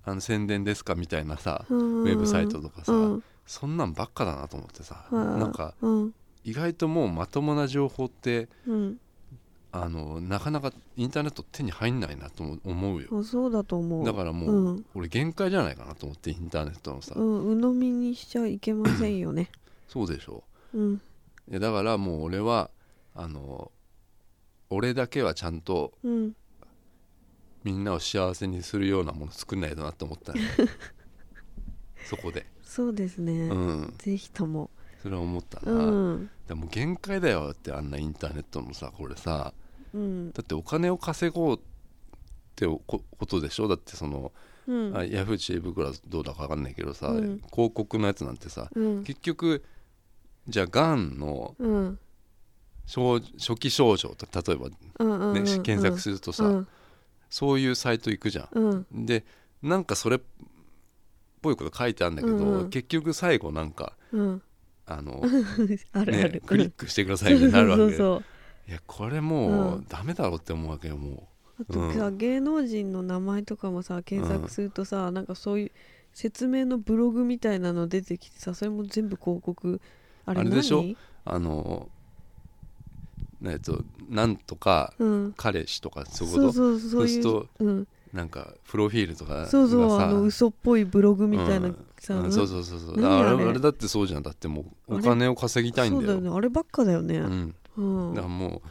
[SPEAKER 2] あの宣伝ですかみたいなさ、
[SPEAKER 1] ウ
[SPEAKER 2] ウェブサイトとかさ、
[SPEAKER 1] うん
[SPEAKER 2] そんなんばっかだなと思ってさ、
[SPEAKER 1] うん
[SPEAKER 2] なんか
[SPEAKER 1] うん
[SPEAKER 2] 意外ともうまともな情報って
[SPEAKER 1] うん
[SPEAKER 2] あのなかなかインターネット手に入んないなとも思うよ
[SPEAKER 1] もうそうだと思う
[SPEAKER 2] だからもう、
[SPEAKER 1] うん
[SPEAKER 2] 俺限界じゃないかなと思ってインターネットのさ、
[SPEAKER 1] うん鵜呑みにしちゃいけませんよね
[SPEAKER 2] そうでしょ
[SPEAKER 1] うん
[SPEAKER 2] いやだからもう俺はあの俺だけはちゃんと
[SPEAKER 1] うん
[SPEAKER 2] みんなを幸せにするようなもの作んないとなって思っ たのよそこで
[SPEAKER 1] そうですね
[SPEAKER 2] うん
[SPEAKER 1] ぜひとも
[SPEAKER 2] それは思ったな、
[SPEAKER 1] うん
[SPEAKER 2] でも限界だよってあんなインターネットのさこれさ
[SPEAKER 1] うん
[SPEAKER 2] だってお金を稼ごうってこことでしょだってその
[SPEAKER 1] うん
[SPEAKER 2] あヤフー知恵袋はどうだか分かんないけどさ、
[SPEAKER 1] うん
[SPEAKER 2] 広告のやつなんてさ
[SPEAKER 1] うん
[SPEAKER 2] 結局じゃあがんの
[SPEAKER 1] うん
[SPEAKER 2] 症初期症状と例えば、ね
[SPEAKER 1] うんうんうん
[SPEAKER 2] 検索するとさ、
[SPEAKER 1] うん
[SPEAKER 2] そういうサイト行くじゃ
[SPEAKER 1] うん
[SPEAKER 2] ん。でなんかそれっぽいこと書いてあるんだけど、
[SPEAKER 1] うんうん
[SPEAKER 2] 結局最後なんか
[SPEAKER 1] うん
[SPEAKER 2] あの、
[SPEAKER 1] あるあ
[SPEAKER 2] ね
[SPEAKER 1] る、
[SPEAKER 2] クリックしてくださいみたいになるわけ
[SPEAKER 1] そうそう
[SPEAKER 2] いやこれも
[SPEAKER 1] う
[SPEAKER 2] うダメだろって思うわけよも
[SPEAKER 1] あとさ、
[SPEAKER 2] う
[SPEAKER 1] 芸能人の名前とかもさ検索するとさ、なんかそういう説明のブログみたいなの出てきてさそれも全部広告あれ
[SPEAKER 2] あれ
[SPEAKER 1] 何
[SPEAKER 2] でしょうあのえっとなんとか
[SPEAKER 1] うん、
[SPEAKER 2] 彼氏とかそういうこと
[SPEAKER 1] そうそうそう
[SPEAKER 2] そうす
[SPEAKER 1] い
[SPEAKER 2] る
[SPEAKER 1] う
[SPEAKER 2] と
[SPEAKER 1] うん、
[SPEAKER 2] なんかプロフィールとかがさ
[SPEAKER 1] そうそうあの嘘っぽいブログみたいなさ、
[SPEAKER 2] うんそうそうそうそう
[SPEAKER 1] 何
[SPEAKER 2] あ
[SPEAKER 1] あ
[SPEAKER 2] れ
[SPEAKER 1] れ
[SPEAKER 2] あれだってそうじゃんだってもうお
[SPEAKER 1] あれ
[SPEAKER 2] 金を稼ぎたいんだよ
[SPEAKER 1] そうだよねあればっかだよね
[SPEAKER 2] うん、
[SPEAKER 1] うん、
[SPEAKER 2] だからも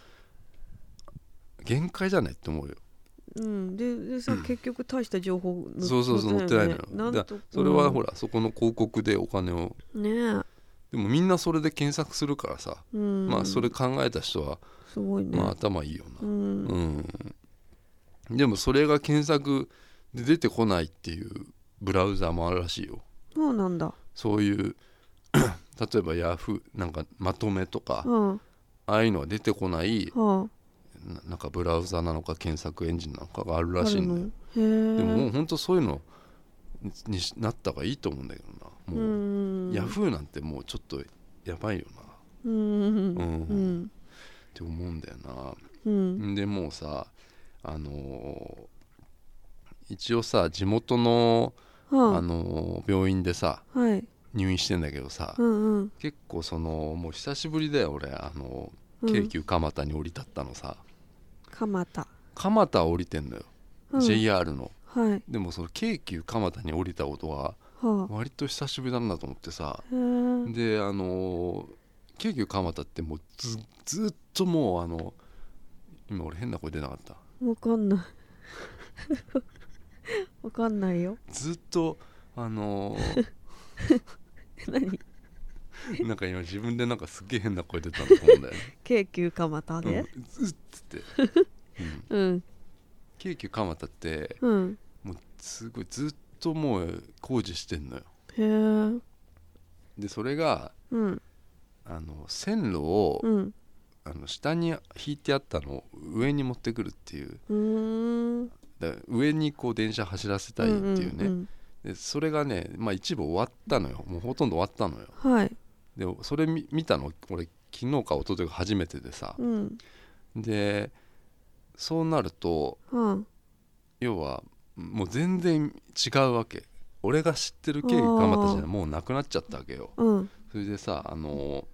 [SPEAKER 2] う限界じゃないって思うよ
[SPEAKER 1] うん、ででさ結局大した情報載っ
[SPEAKER 2] そうそうそう載ってないのよ
[SPEAKER 1] な
[SPEAKER 2] だ
[SPEAKER 1] ん
[SPEAKER 2] か
[SPEAKER 1] と
[SPEAKER 2] らそれはほ
[SPEAKER 1] ら、
[SPEAKER 2] ら、そこの広告でお金を
[SPEAKER 1] うんね
[SPEAKER 2] でもみんなそれで検索するからさ、
[SPEAKER 1] え、うん、
[SPEAKER 2] まあそれ考えた人は、
[SPEAKER 1] すごいね、
[SPEAKER 2] まあ頭いいよ
[SPEAKER 1] う
[SPEAKER 2] な、
[SPEAKER 1] ん
[SPEAKER 2] うんでもそれが検索で出てこないっていうブラウザーもあるらしいよ
[SPEAKER 1] そうなんだ
[SPEAKER 2] そういう 例えばヤフーなんかまとめとか、
[SPEAKER 1] うんは
[SPEAKER 2] ああいうのは出てこない
[SPEAKER 1] あ
[SPEAKER 2] ななんかブラウザなのか検索エンジンなのかがあるら
[SPEAKER 1] あ
[SPEAKER 2] しい
[SPEAKER 1] る
[SPEAKER 2] んだよ
[SPEAKER 1] のへえ
[SPEAKER 2] でももう本当そういうのににしなった方がいいと思うんだけどなもう、
[SPEAKER 1] うん
[SPEAKER 2] ヤフーなんてもうちょっとやばいよなっ
[SPEAKER 1] うん
[SPEAKER 2] うん
[SPEAKER 1] うん
[SPEAKER 2] て思うんだよな、
[SPEAKER 1] うん
[SPEAKER 2] でもうさあのー一応さ地元の、あ
[SPEAKER 1] は
[SPEAKER 2] のー病院でさ
[SPEAKER 1] あはい
[SPEAKER 2] 入院してんだけどさ、
[SPEAKER 1] うんうん
[SPEAKER 2] 結構そのもう久しぶりだよ俺あの
[SPEAKER 1] うん
[SPEAKER 2] 京急蒲田に降り立ったのさ、
[SPEAKER 1] 蒲田、
[SPEAKER 2] 蒲田降りてんのよ、
[SPEAKER 1] うん、
[SPEAKER 2] JR の
[SPEAKER 1] はい
[SPEAKER 2] でもその京急蒲田に降りたことは
[SPEAKER 1] はあ
[SPEAKER 2] 割と久しぶりなんだと思ってさ、
[SPEAKER 1] へえ
[SPEAKER 2] であのー京急蒲田ってもうずずっともうあの今俺変な声出なかった
[SPEAKER 1] わかんない わかんないよ
[SPEAKER 2] ずっとあの
[SPEAKER 1] 何
[SPEAKER 2] ーなんか今自分でなんかすっげえ変な声出たと思うんだよね、
[SPEAKER 1] 京急蒲田
[SPEAKER 2] うん、
[SPEAKER 1] で
[SPEAKER 2] ずっつって、うん、
[SPEAKER 1] うん
[SPEAKER 2] 京急蒲田って
[SPEAKER 1] うん
[SPEAKER 2] もうすごいずっともう工事してんのよ
[SPEAKER 1] へえうん
[SPEAKER 2] でそれが
[SPEAKER 1] うん
[SPEAKER 2] あの線路を、
[SPEAKER 1] う
[SPEAKER 2] あの下に引いてあったのを上に持ってくるっていう
[SPEAKER 1] ーん
[SPEAKER 2] だから上にこう電車走らせたいっていうね、
[SPEAKER 1] ん
[SPEAKER 2] でそれがね、まあ、一部終わったのよもうほとんど終わったのよ
[SPEAKER 1] うんはい
[SPEAKER 2] でそれ見見たの俺昨日か一昨日が初めてでさ
[SPEAKER 1] うん
[SPEAKER 2] でそうなると
[SPEAKER 1] は
[SPEAKER 2] 要はもう全然違うわけ俺が知ってる経緯蒲田じゃないもうなくなっちゃったわけよ
[SPEAKER 1] あうん
[SPEAKER 2] それでさあのー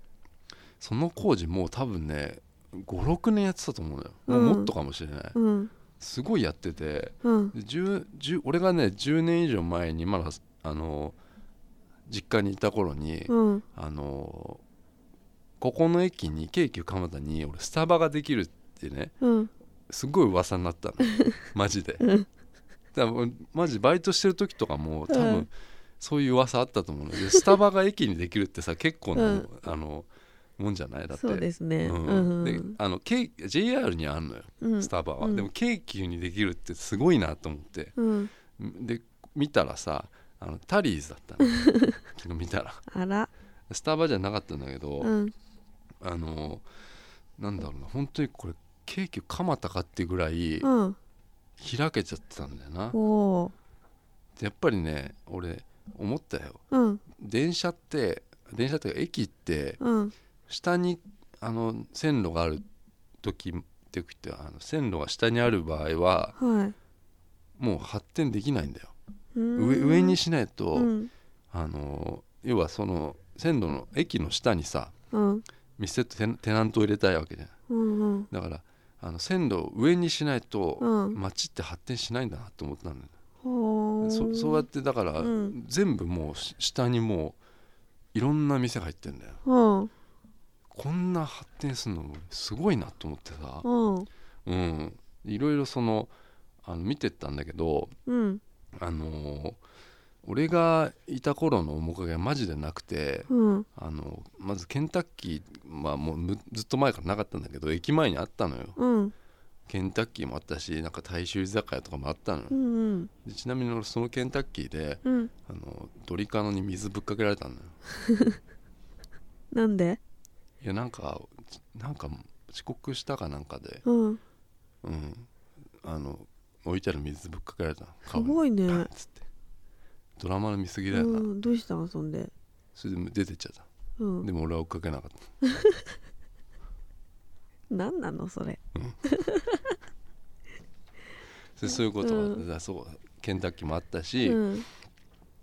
[SPEAKER 2] その工事もう多分ね56年やってたと思うのよ、もう
[SPEAKER 1] うん
[SPEAKER 2] もっとかもしれない
[SPEAKER 1] うん
[SPEAKER 2] すごいやってて
[SPEAKER 1] うん
[SPEAKER 2] で10 10俺がね10年以上前にまだあの実家にいた頃に、
[SPEAKER 1] うん
[SPEAKER 2] あのここの駅に京急蒲田に俺スタバができるってね
[SPEAKER 1] うん
[SPEAKER 2] すごい噂にな ったのマジで多分マジバイトしてる時とかも多分、
[SPEAKER 1] うん
[SPEAKER 2] そういう噂あったと思うのでスタバが駅にできるってさ結構な、
[SPEAKER 1] うん
[SPEAKER 2] あのもんじゃないだって
[SPEAKER 1] そうですね
[SPEAKER 2] うん
[SPEAKER 1] うん
[SPEAKER 2] であの京 JR にあんのよ
[SPEAKER 1] うん
[SPEAKER 2] スタバは、
[SPEAKER 1] うん
[SPEAKER 2] でも京急にできるってすごいなと思って
[SPEAKER 1] うん
[SPEAKER 2] で見たらさあのタリーズだ ったの昨日見たら
[SPEAKER 1] あら
[SPEAKER 2] スタバじゃなかったんだけど、
[SPEAKER 1] うん
[SPEAKER 2] あのなんだろうな本当にこれ京急蒲田かってぐらい
[SPEAKER 1] うん
[SPEAKER 2] 開けちゃってたんだよな、
[SPEAKER 1] おお
[SPEAKER 2] でやっぱりね俺思ったよ
[SPEAKER 1] ーうん
[SPEAKER 2] 電車って電車っていうか駅って
[SPEAKER 1] うん
[SPEAKER 2] 下にあの線路がある時っていうかあの線路が下にある場合は
[SPEAKER 1] はい
[SPEAKER 2] もう発展できないんだよ、
[SPEAKER 1] うーん
[SPEAKER 2] 上上にしないと、
[SPEAKER 1] うん
[SPEAKER 2] あの要はその線路の駅の下にさ
[SPEAKER 1] うん
[SPEAKER 2] 店とテナテナントを入れたいわけじゃん
[SPEAKER 1] うん
[SPEAKER 2] だからあの線路を上にしないと
[SPEAKER 1] うん
[SPEAKER 2] 街って発展しないんだなって思ったんだよ、
[SPEAKER 1] ほー
[SPEAKER 2] そそうやってだから、
[SPEAKER 1] うん
[SPEAKER 2] 全部もうし下にもういろんな店が入ってんだよ
[SPEAKER 1] うん
[SPEAKER 2] こんな発展するのすごいなと思ってさ
[SPEAKER 1] うん
[SPEAKER 2] うんいろいろそのあの見てったんだけど
[SPEAKER 1] うん
[SPEAKER 2] あのー俺がいた頃の面影はマジでなくて
[SPEAKER 1] うん
[SPEAKER 2] あのまずケンタッキー、まあ、もうむずっと前からなかったんだけど駅前にあったのよ
[SPEAKER 1] うん
[SPEAKER 2] ケンタッキーもあったしなんか大衆居酒屋とかもあったのよ
[SPEAKER 1] う、ん
[SPEAKER 2] でちなみに俺そのケンタッキーで
[SPEAKER 1] うん
[SPEAKER 2] あのドリカノに水ぶっかけられたのよ
[SPEAKER 1] なんで
[SPEAKER 2] いやなんかちなんか遅刻したかなんかで、
[SPEAKER 1] うん
[SPEAKER 2] うん、あの置いてある水ぶっかけられたの
[SPEAKER 1] す
[SPEAKER 2] 顔に
[SPEAKER 1] ごいね
[SPEAKER 2] パンっつってドラマの見過ぎだよな、
[SPEAKER 1] うんどうしたんそんで
[SPEAKER 2] それで出てっちゃった
[SPEAKER 1] うん
[SPEAKER 2] でも俺は追っかけなかった
[SPEAKER 1] なんなのそれ
[SPEAKER 2] そそういうことがあって、だからそうケンタッキーもあったし、
[SPEAKER 1] うん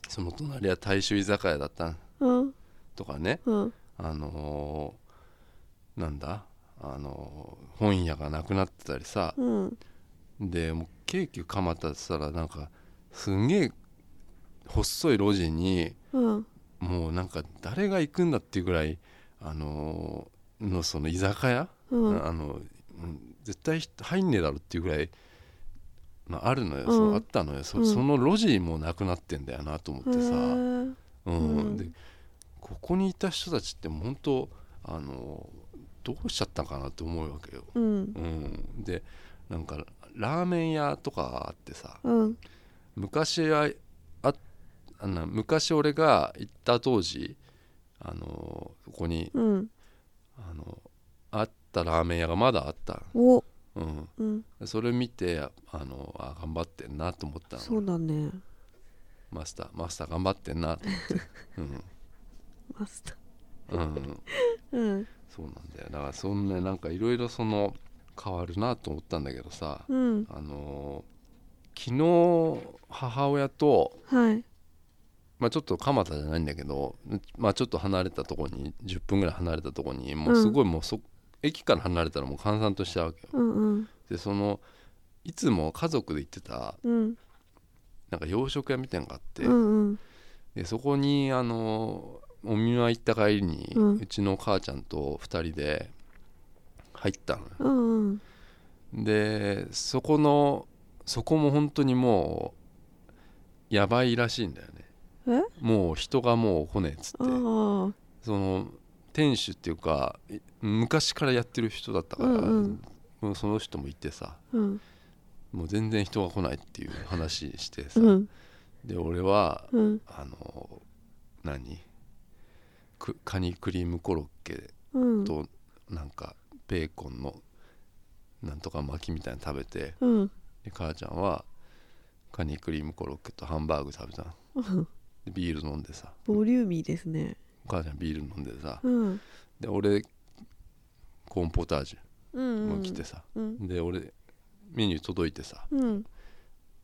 [SPEAKER 2] その隣は大衆居酒屋だった
[SPEAKER 1] うん
[SPEAKER 2] とかね
[SPEAKER 1] うん
[SPEAKER 2] あのーなんだあのー本屋がなくなってたりさ
[SPEAKER 1] うん
[SPEAKER 2] でもう京急蒲田って言ったらなんかすんげえ細い路地に
[SPEAKER 1] うん
[SPEAKER 2] もうなんか誰が行くんだっていうぐらいあのーのその居酒屋、
[SPEAKER 1] うん
[SPEAKER 2] あのうん絶対人入んねえだろっていうぐらい、まあ、あるのよ、そ
[SPEAKER 1] うん
[SPEAKER 2] うあったのよそ,、
[SPEAKER 1] うん
[SPEAKER 2] その路地もなくなってんだよなと思ってさ、
[SPEAKER 1] へえ
[SPEAKER 2] うん
[SPEAKER 1] うん
[SPEAKER 2] でここにいた人たちってもう本当あのどうしちゃったかなって思うわけよ、
[SPEAKER 1] うん
[SPEAKER 2] うん、でなんかラーメン屋とかあってさ
[SPEAKER 1] うん
[SPEAKER 2] 昔はああの昔俺が行った当時あのここに
[SPEAKER 1] うん
[SPEAKER 2] あのあったラーメン屋がまだあった、
[SPEAKER 1] お
[SPEAKER 2] うん、
[SPEAKER 1] うん
[SPEAKER 2] それ見てあのあ頑張ってんなと思ったの
[SPEAKER 1] そうだね
[SPEAKER 2] マスターマスター頑張ってんなと思って、
[SPEAKER 1] マスター
[SPEAKER 2] うんうん、
[SPEAKER 1] うん
[SPEAKER 2] そうなんだよだからそんななんかいろいろその変わるなと思ったんだけどさ、
[SPEAKER 1] うん
[SPEAKER 2] あのー昨日母親と、
[SPEAKER 1] はい
[SPEAKER 2] まあ、ちょっと蒲田じゃないんだけど、まあ、ちょっと離れたとこに10分ぐらい離れたとこにもうすごいもうそ、駅から離れたらもう閑散としちゃうわけよ
[SPEAKER 1] うんうん
[SPEAKER 2] でそのいつも家族で行ってた
[SPEAKER 1] うん
[SPEAKER 2] なんか洋食屋みたいなのがあって、
[SPEAKER 1] うんうん
[SPEAKER 2] でそこにあのお見舞い行った帰りに、
[SPEAKER 1] う
[SPEAKER 2] うんちの母ちゃんと2人で入ったのよ
[SPEAKER 1] うんうん
[SPEAKER 2] でそこのそこも本当にもうやばいらしいんだよね
[SPEAKER 1] え
[SPEAKER 2] もう人がもう来ねえっつって
[SPEAKER 1] ああ
[SPEAKER 2] その店主っていうかい昔からやってる人だったから、
[SPEAKER 1] うんうん
[SPEAKER 2] もうその人もいてさ
[SPEAKER 1] うん
[SPEAKER 2] もう全然人が来ないっていう話してさ、
[SPEAKER 1] うん
[SPEAKER 2] で俺は
[SPEAKER 1] うん
[SPEAKER 2] あの何くカニクリームコロッケ
[SPEAKER 1] うん
[SPEAKER 2] となんかベーコンのなんとか巻きみたいなの食べて、
[SPEAKER 1] うん
[SPEAKER 2] で母ちゃんはカニクリームコロッケとハンバーグ食べたの
[SPEAKER 1] うん
[SPEAKER 2] でビール飲んでさ
[SPEAKER 1] ボリューミーですね
[SPEAKER 2] お母ちゃんビール飲んでさ
[SPEAKER 1] うん
[SPEAKER 2] で俺コーンポタージ
[SPEAKER 1] うん
[SPEAKER 2] ュ
[SPEAKER 1] う
[SPEAKER 2] も
[SPEAKER 1] ん
[SPEAKER 2] 来てさ、
[SPEAKER 1] うん
[SPEAKER 2] で俺メニュー届いてさ
[SPEAKER 1] うん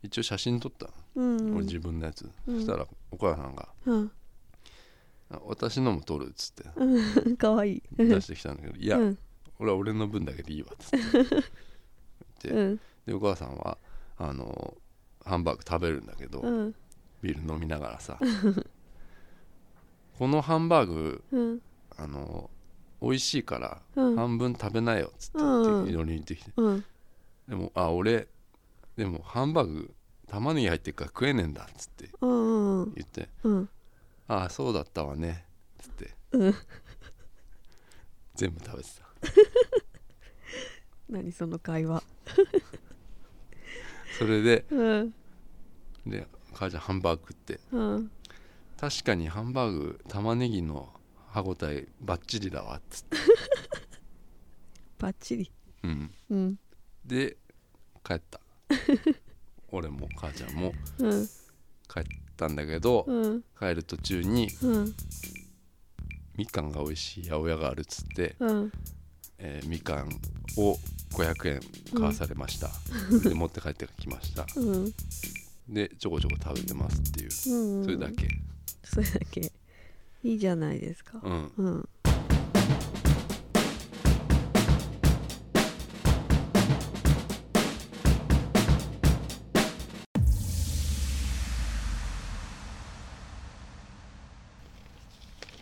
[SPEAKER 2] 一応写真撮ったの、
[SPEAKER 1] うん
[SPEAKER 2] 俺自分のやつ、
[SPEAKER 1] うん
[SPEAKER 2] そしたらお母さんが
[SPEAKER 1] うん
[SPEAKER 2] 「あ私のも撮る」っつって
[SPEAKER 1] うん かわいい
[SPEAKER 2] 出してきたんだけど「いや、
[SPEAKER 1] うん
[SPEAKER 2] 俺は俺の分だけでいいわ」っつってで
[SPEAKER 1] うん
[SPEAKER 2] でお母さんはあのハンバーグ食べるんだけど、
[SPEAKER 1] うん
[SPEAKER 2] ビール飲みながらさこのハンバーグ
[SPEAKER 1] うん
[SPEAKER 2] あの美味しいから
[SPEAKER 1] うん
[SPEAKER 2] 半分食べなよっつって
[SPEAKER 1] うんうん
[SPEAKER 2] 適当に言ってきて、
[SPEAKER 1] うん
[SPEAKER 2] でもあ俺でもハンバーグ玉ねぎ入ってるから食えねえんだっつって
[SPEAKER 1] うんうん
[SPEAKER 2] 言って
[SPEAKER 1] うん
[SPEAKER 2] ああそうだったわねっつって
[SPEAKER 1] うん
[SPEAKER 2] 全部食べてた
[SPEAKER 1] 何その会話
[SPEAKER 2] それで
[SPEAKER 1] うん
[SPEAKER 2] で母ちゃんハンバーグ食って
[SPEAKER 1] うん
[SPEAKER 2] 確かにハンバーグ玉ねぎの歯ごたえバッチリだわっつって、
[SPEAKER 1] バッチリ
[SPEAKER 2] うん、
[SPEAKER 1] うん
[SPEAKER 2] で帰った 俺も母ちゃんも
[SPEAKER 1] うん
[SPEAKER 2] 帰ったんだけど、
[SPEAKER 1] うん
[SPEAKER 2] 帰る途中に
[SPEAKER 1] うん
[SPEAKER 2] みかんが美味しい八百屋があるっつって、
[SPEAKER 1] うん
[SPEAKER 2] えーみかんを500円買わされました、で持って帰ってきました
[SPEAKER 1] うん
[SPEAKER 2] でちょこちょこ食べてますっていうそ
[SPEAKER 1] うん
[SPEAKER 2] れだけ
[SPEAKER 1] それだけいいじゃないですか
[SPEAKER 2] うん、
[SPEAKER 1] うん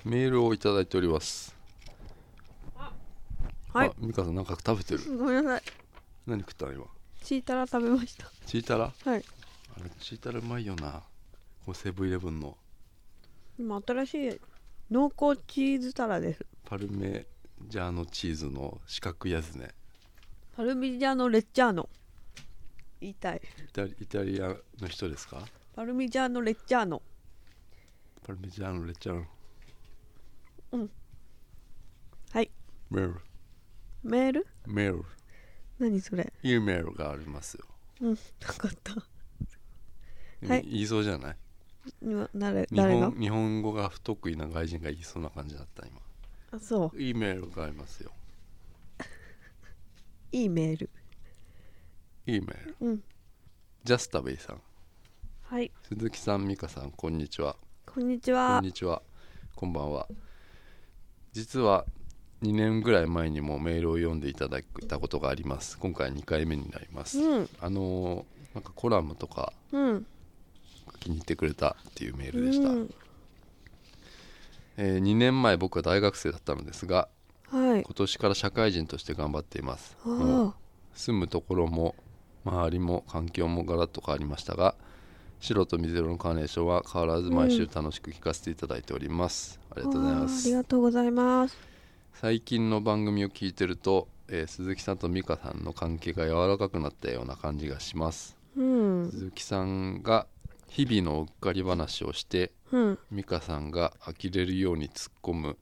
[SPEAKER 2] メールをいただいております
[SPEAKER 1] はい
[SPEAKER 2] あみかんさんなんか食べてる
[SPEAKER 1] ごめんなさい
[SPEAKER 2] 何食ったの今
[SPEAKER 1] チータラ食べました
[SPEAKER 2] チータ
[SPEAKER 1] は
[SPEAKER 2] ラ
[SPEAKER 1] い
[SPEAKER 2] あれチータラうまいよなこうセブンイレブンの
[SPEAKER 1] 今新しい濃厚チーズタラです
[SPEAKER 2] パルメジャーノチーズの四角いやつね
[SPEAKER 1] パルミジャーノレッチャーノ言いたい
[SPEAKER 2] イタリイタリアの人ですか
[SPEAKER 1] パルミジャーノレッチャーノ
[SPEAKER 2] パルメジャーノレッチャーノ
[SPEAKER 1] はい
[SPEAKER 2] メール
[SPEAKER 1] メール
[SPEAKER 2] メール
[SPEAKER 1] 何それ
[SPEAKER 2] E メールがありますよ
[SPEAKER 1] うんなかったは
[SPEAKER 2] 今
[SPEAKER 1] い
[SPEAKER 2] 言いそうじゃない
[SPEAKER 1] 今誰
[SPEAKER 2] 日
[SPEAKER 1] 誰が
[SPEAKER 2] 本日本語が不得意な外人が言いそうな感じだった今
[SPEAKER 1] あそう
[SPEAKER 2] E メールがありますよ
[SPEAKER 1] いいメール
[SPEAKER 2] E メール
[SPEAKER 1] うん
[SPEAKER 2] ジャスタベイさん
[SPEAKER 1] はい
[SPEAKER 2] 鈴木さん美香さんこんにちは
[SPEAKER 1] こんにち
[SPEAKER 2] こ
[SPEAKER 1] は
[SPEAKER 2] んにちはこんばんは実は2年ぐらい前にもメールを読んでいただいたことがあります今回2回目になります、
[SPEAKER 1] うん
[SPEAKER 2] あのーなんかコラムとか
[SPEAKER 1] うん
[SPEAKER 2] 気に入ってくれたっていうメールでした、
[SPEAKER 1] うん
[SPEAKER 2] え2年前僕は大学生だったのですが
[SPEAKER 1] はい
[SPEAKER 2] 今年から社会人として頑張っています
[SPEAKER 1] あ
[SPEAKER 2] もう
[SPEAKER 1] あ
[SPEAKER 2] 住むところも周りも環境もガラッと変わりましたが白と水色のカーネーションは変わらず毎週楽しく聞かせていただいております、ありがとうございま
[SPEAKER 1] ああり
[SPEAKER 2] す
[SPEAKER 1] がとうございます
[SPEAKER 2] 最近の番組を聞いてると、えー鈴木さんと美香さんの関係が柔らかくなったような感じがします
[SPEAKER 1] うん
[SPEAKER 2] 鈴木さんが日々のうっかり話をして
[SPEAKER 1] うん
[SPEAKER 2] 美香さんが呆れるように突っ込む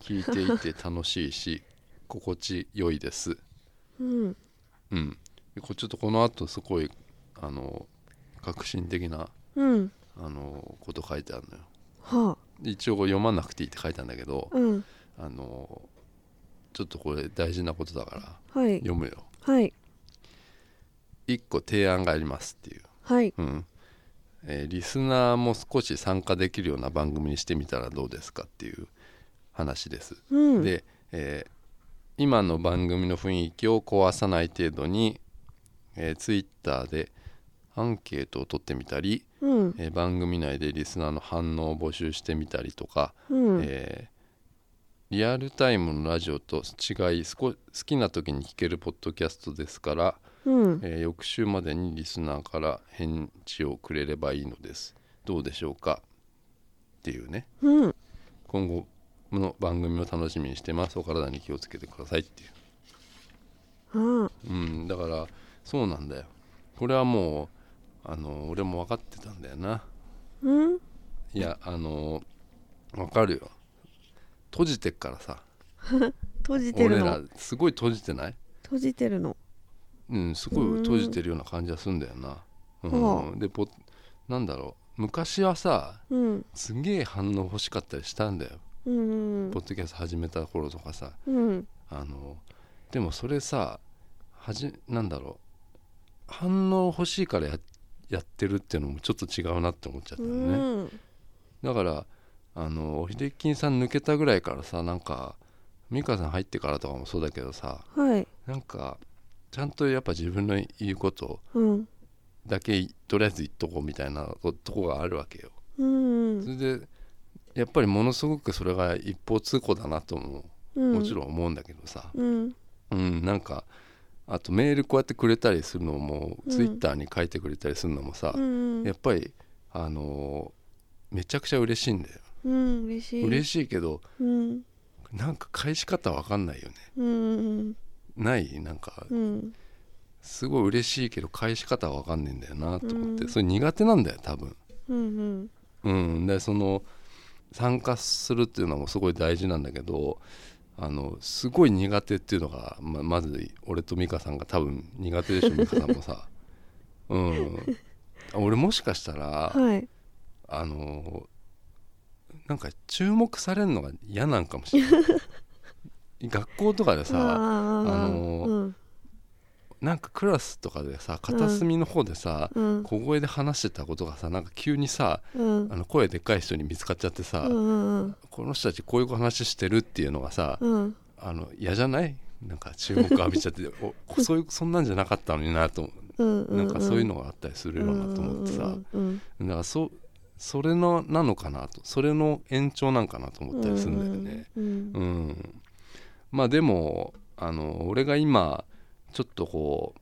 [SPEAKER 2] 聞いていて楽しいし心地よいです
[SPEAKER 1] うん
[SPEAKER 2] うんこちょっとこの後すごいあの革新的な
[SPEAKER 1] うん
[SPEAKER 2] あのこと書いてあるのよ
[SPEAKER 1] は
[SPEAKER 2] 一応これ読まなくていいって書いたんだけど
[SPEAKER 1] あうん
[SPEAKER 2] あのちょっとこれ大事なことだから
[SPEAKER 1] はい
[SPEAKER 2] 読むよ
[SPEAKER 1] はい
[SPEAKER 2] 一個提案がありますっていう、
[SPEAKER 1] はい
[SPEAKER 2] うんえーリスナーも少し参加できるような番組にしてみたらどうですかっていう話です、
[SPEAKER 1] うん
[SPEAKER 2] で、えー今の番組の雰囲気を壊さない程度に、えー、Twitter でアンケートを取ってみたり、
[SPEAKER 1] うん
[SPEAKER 2] えー番組内でリスナーの反応を募集してみたりとか、
[SPEAKER 1] うん
[SPEAKER 2] えーリアルタイムのラジオと違い少好きな時に聞けるポッドキャストですから、
[SPEAKER 1] うん
[SPEAKER 2] えー翌週までにリスナーから返事をくれればいいのですどうでしょうかっていうね
[SPEAKER 1] うん
[SPEAKER 2] 今後の番組を楽しみにしてますお体に気をつけてくださいっていう
[SPEAKER 1] あ
[SPEAKER 2] うんだからそうなんだよこれはもうあの俺も分かってたんだよな
[SPEAKER 1] うん
[SPEAKER 2] いやあの分かるよ閉じてっからさ
[SPEAKER 1] 閉じて
[SPEAKER 2] 俺
[SPEAKER 1] る
[SPEAKER 2] ら
[SPEAKER 1] の
[SPEAKER 2] すごい閉じてない
[SPEAKER 1] 閉じてるの
[SPEAKER 2] うんすごい閉じてるような感じがするんだよなうん、
[SPEAKER 1] は
[SPEAKER 2] でポなんだろう昔はさ
[SPEAKER 1] うん
[SPEAKER 2] すげえ反応欲しかったりしたんだよ、
[SPEAKER 1] うん
[SPEAKER 2] ポッドキャスト始めた頃とかさ
[SPEAKER 1] うん
[SPEAKER 2] あのでもそれさはじなんだろう反応欲しいからややってるっていうのもちょっと違うなって思っちゃった
[SPEAKER 1] う
[SPEAKER 2] よね、
[SPEAKER 1] ん
[SPEAKER 2] だからあの秀樹さん抜けたぐらいからさなんか美香さん入ってからとかもそうだけどさ
[SPEAKER 1] はい
[SPEAKER 2] なんかちゃんとやっぱ自分の言うこと
[SPEAKER 1] うん
[SPEAKER 2] だけとりあえず言っとこうみたいなととこがあるわけよ
[SPEAKER 1] うん
[SPEAKER 2] それでやっぱりものすごくそれが一方通行だなとも
[SPEAKER 1] うん
[SPEAKER 2] もちろん思うんだけどさ、
[SPEAKER 1] うん
[SPEAKER 2] うん、なんかあとメールこうやってくれたりするのも、
[SPEAKER 1] うん
[SPEAKER 2] ツイッターに書いてくれたりするのもさ、
[SPEAKER 1] うん
[SPEAKER 2] やっぱりあのーめちゃくちゃ嬉しいんだよ、
[SPEAKER 1] うん嬉しい
[SPEAKER 2] 嬉
[SPEAKER 1] し
[SPEAKER 2] しいけど
[SPEAKER 1] うん
[SPEAKER 2] なんか返し方わかんないよね
[SPEAKER 1] うん
[SPEAKER 2] ないなんか
[SPEAKER 1] うん
[SPEAKER 2] すごい嬉しいけど返し方わかんねえんだよなと思って、
[SPEAKER 1] うん
[SPEAKER 2] それ苦手なんだよ多分
[SPEAKER 1] うんうん
[SPEAKER 2] うんでその参加するっていうのもすごい大事なんだけどあのすごい苦手っていうのがままず俺と美香さんが多分苦手でしょ美香さん もさうん俺もしかしたら
[SPEAKER 1] はい
[SPEAKER 2] あのなんか注目されるのが嫌なんかもしれない 学校とかでさ
[SPEAKER 1] あー
[SPEAKER 2] あの
[SPEAKER 1] うん
[SPEAKER 2] なんかクラスとかでさ片隅の方でさ、
[SPEAKER 1] うん
[SPEAKER 2] 小声で話してたことがさなんか急にさ
[SPEAKER 1] うん
[SPEAKER 2] あの声でかい人に見つかっちゃってさ、
[SPEAKER 1] うん
[SPEAKER 2] この人たちこういう話してるっていうのがさ、
[SPEAKER 1] うん
[SPEAKER 2] あの嫌じゃないなんか注目浴びちゃって おそういうそんなんじゃなかったのになと
[SPEAKER 1] うんうん
[SPEAKER 2] なんかそういうのがあったりするようなと思ってさ、
[SPEAKER 1] うん
[SPEAKER 2] だからそそれのなのかなとそれの延長なんかなと思ったりするんだよね。
[SPEAKER 1] うん
[SPEAKER 2] うんまあでもあの俺が今ちょっとこう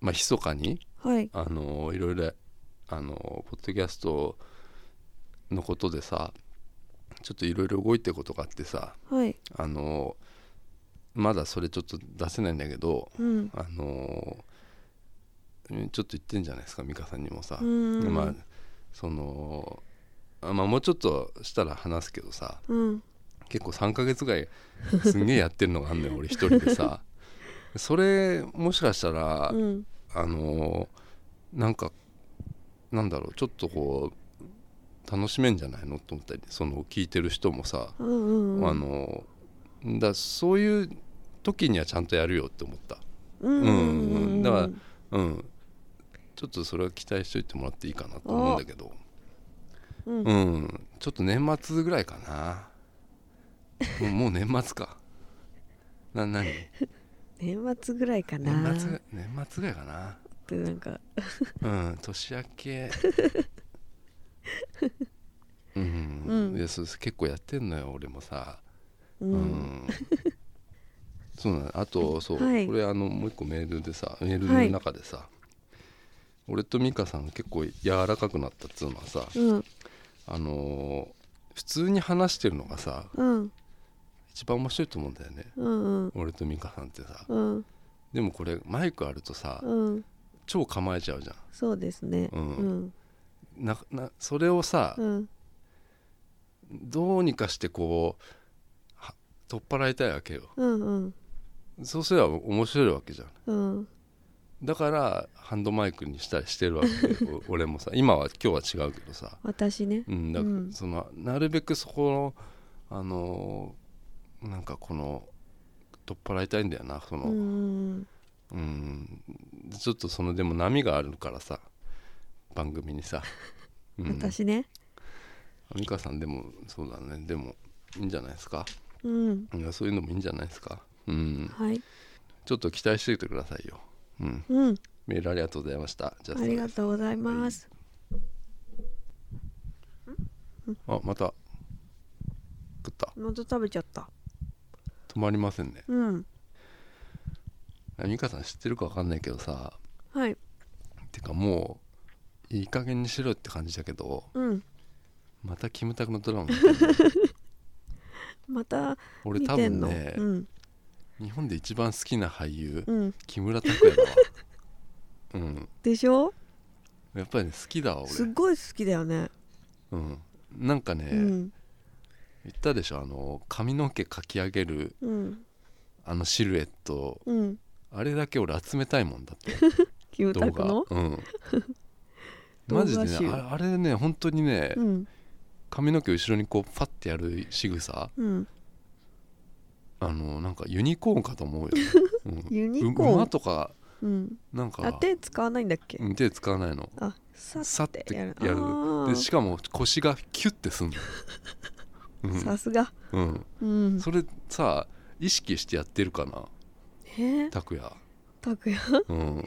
[SPEAKER 2] まあ密かに
[SPEAKER 1] はい
[SPEAKER 2] あのいろいろあのポッドキャストのことでさちょっといろいろ動いてることがあってさ
[SPEAKER 1] はい
[SPEAKER 2] あのまだそれちょっと出せないんだけど
[SPEAKER 1] うん
[SPEAKER 2] あのちょっと言ってんじゃないですか美香さんにもさ、
[SPEAKER 1] うん
[SPEAKER 2] まあそのあまあもうちょっとしたら話すけどさ
[SPEAKER 1] うん
[SPEAKER 2] 結構3ヶ月ぐらいすんげえやってるのがあんのよ俺一人でさそれもしかしたら、
[SPEAKER 1] うん
[SPEAKER 2] あのーなんかなんだろうちょっとこう楽しめんじゃないのと思ったりその聞いてる人もさ、
[SPEAKER 1] うんうん
[SPEAKER 2] あのーだそういう時にはちゃんとやるよって思った
[SPEAKER 1] うんうんうんうん
[SPEAKER 2] だからうんちょっとそれは期待しといてもらっていいかなと思うんだけど
[SPEAKER 1] うん
[SPEAKER 2] うんちょっと年末ぐらいかなもうもう年末かな何
[SPEAKER 1] 年末ぐらいか な
[SPEAKER 2] 年末ぐ年末ぐらいかな
[SPEAKER 1] ってなんか
[SPEAKER 2] うん年明 けうん、
[SPEAKER 1] うん
[SPEAKER 2] いやそうです結構やってんのよ俺もさ
[SPEAKER 1] う
[SPEAKER 2] うん、
[SPEAKER 1] ん、
[SPEAKER 2] そうなのあとそう、
[SPEAKER 1] はい
[SPEAKER 2] これあのもう一個メールでさメールの中でさ、俺と美香さんが結構柔らかくなったっつうのはさ、
[SPEAKER 1] うん
[SPEAKER 2] あのー普通に話してるのがさ
[SPEAKER 1] うん
[SPEAKER 2] 一番面白いと思うんだよね
[SPEAKER 1] うん
[SPEAKER 2] 俺と美香さんってさ
[SPEAKER 1] うん
[SPEAKER 2] でもこれマイクあるとさ
[SPEAKER 1] うん
[SPEAKER 2] 超構えちゃうじゃん
[SPEAKER 1] そうですね
[SPEAKER 2] う
[SPEAKER 1] うんん
[SPEAKER 2] ななそれをさ、
[SPEAKER 1] うん
[SPEAKER 2] どうにかしてこうは取っ払いたいわけよ
[SPEAKER 1] うんうん
[SPEAKER 2] そうすれば面白いわけじゃん
[SPEAKER 1] うん
[SPEAKER 2] だからハンドマイクにしたりしてるわ けよお俺もさ今は今日は違うけどさ、
[SPEAKER 1] 私ね
[SPEAKER 2] うん、だから
[SPEAKER 1] うん
[SPEAKER 2] そのなるべくそこのあのーなんかこの取っ払いたいんだよなその、
[SPEAKER 1] うん
[SPEAKER 2] うんちょっとそのでも波があるからさ番組 にさ、うん、
[SPEAKER 1] 私ね
[SPEAKER 2] 美香さんでもそうだねでもいいんじゃないですか
[SPEAKER 1] うん
[SPEAKER 2] いやそういうのもいいんじゃないですかうん
[SPEAKER 1] はい
[SPEAKER 2] ちょっと期待していてくださいよ、うん、
[SPEAKER 1] うん
[SPEAKER 2] メールありがとうございましたじゃあ
[SPEAKER 1] ありがとうございます
[SPEAKER 2] あまた食った
[SPEAKER 1] 喉食べちゃった
[SPEAKER 2] 止まりませんね
[SPEAKER 1] うん
[SPEAKER 2] あ美香さん知ってるか分かんないけどさ
[SPEAKER 1] はい
[SPEAKER 2] てかもういい加減にしろよって感じだけど
[SPEAKER 1] うん
[SPEAKER 2] またキムタクのドラマ見て る
[SPEAKER 1] また
[SPEAKER 2] 俺
[SPEAKER 1] 見
[SPEAKER 2] 多
[SPEAKER 1] てん
[SPEAKER 2] 分
[SPEAKER 1] の
[SPEAKER 2] ね、
[SPEAKER 1] うん
[SPEAKER 2] 日本で一番好きな俳優、
[SPEAKER 1] うん
[SPEAKER 2] 木村拓哉だわ うん
[SPEAKER 1] でしょ
[SPEAKER 2] やっぱりね好きだわ
[SPEAKER 1] すっ
[SPEAKER 2] 俺、
[SPEAKER 1] ごい好きだよね
[SPEAKER 2] うん、なんかね、
[SPEAKER 1] うん
[SPEAKER 2] 言ったでしょあの髪の毛かき上げる
[SPEAKER 1] うん
[SPEAKER 2] あのシルエット
[SPEAKER 1] うん
[SPEAKER 2] あれだけ俺集めたいもんだって
[SPEAKER 1] キムタ
[SPEAKER 2] 動
[SPEAKER 1] ク
[SPEAKER 2] 画
[SPEAKER 1] の
[SPEAKER 2] うん
[SPEAKER 1] 動
[SPEAKER 2] マ
[SPEAKER 1] 画
[SPEAKER 2] ジ
[SPEAKER 1] 集
[SPEAKER 2] でねあれあれね本当にね、
[SPEAKER 1] うん
[SPEAKER 2] 髪の毛後ろにこうパッてやる仕草
[SPEAKER 1] うん
[SPEAKER 2] あのなんかユニコーンかと思うよ、 うん
[SPEAKER 1] ユニコーン
[SPEAKER 2] う馬とか
[SPEAKER 1] うん
[SPEAKER 2] なんか
[SPEAKER 1] あ手使わないんだっけ
[SPEAKER 2] うん手使わないの
[SPEAKER 1] あさ
[SPEAKER 2] さっ
[SPEAKER 1] ってて
[SPEAKER 2] や
[SPEAKER 1] や
[SPEAKER 2] る
[SPEAKER 1] る
[SPEAKER 2] でしかも腰がキュッてす んの、
[SPEAKER 1] あーさすが
[SPEAKER 2] うんうん、
[SPEAKER 1] うん
[SPEAKER 2] それさ意識してやってるかな
[SPEAKER 1] えー
[SPEAKER 2] 拓也、
[SPEAKER 1] 拓也
[SPEAKER 2] うん、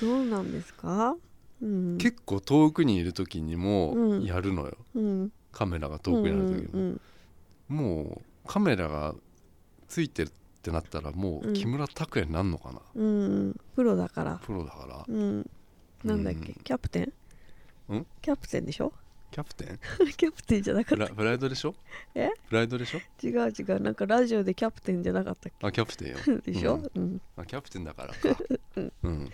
[SPEAKER 1] どうなんですかうん
[SPEAKER 2] 結構遠くにいる時にも
[SPEAKER 1] うん
[SPEAKER 2] やるのよ、
[SPEAKER 1] うん
[SPEAKER 2] カメラが遠くにある時にも、
[SPEAKER 1] うん
[SPEAKER 2] もうカメラがついてるってなったらもう木村拓哉になるのかな、
[SPEAKER 1] うんうんうんプロだから
[SPEAKER 2] プロだから
[SPEAKER 1] うんなんだっけ
[SPEAKER 2] うん
[SPEAKER 1] キャプテン
[SPEAKER 2] ん
[SPEAKER 1] キャプテンでしょ
[SPEAKER 2] キャプテン
[SPEAKER 1] キャプテンじゃなか
[SPEAKER 2] フ
[SPEAKER 1] った
[SPEAKER 2] ラフライドでしょ
[SPEAKER 1] え
[SPEAKER 2] フライドでしょ
[SPEAKER 1] 違う違うなんかラジオでキャプテンじゃなかったっ
[SPEAKER 2] あキャプテンよ
[SPEAKER 1] けでしょうん
[SPEAKER 2] あキャプテンだからかうん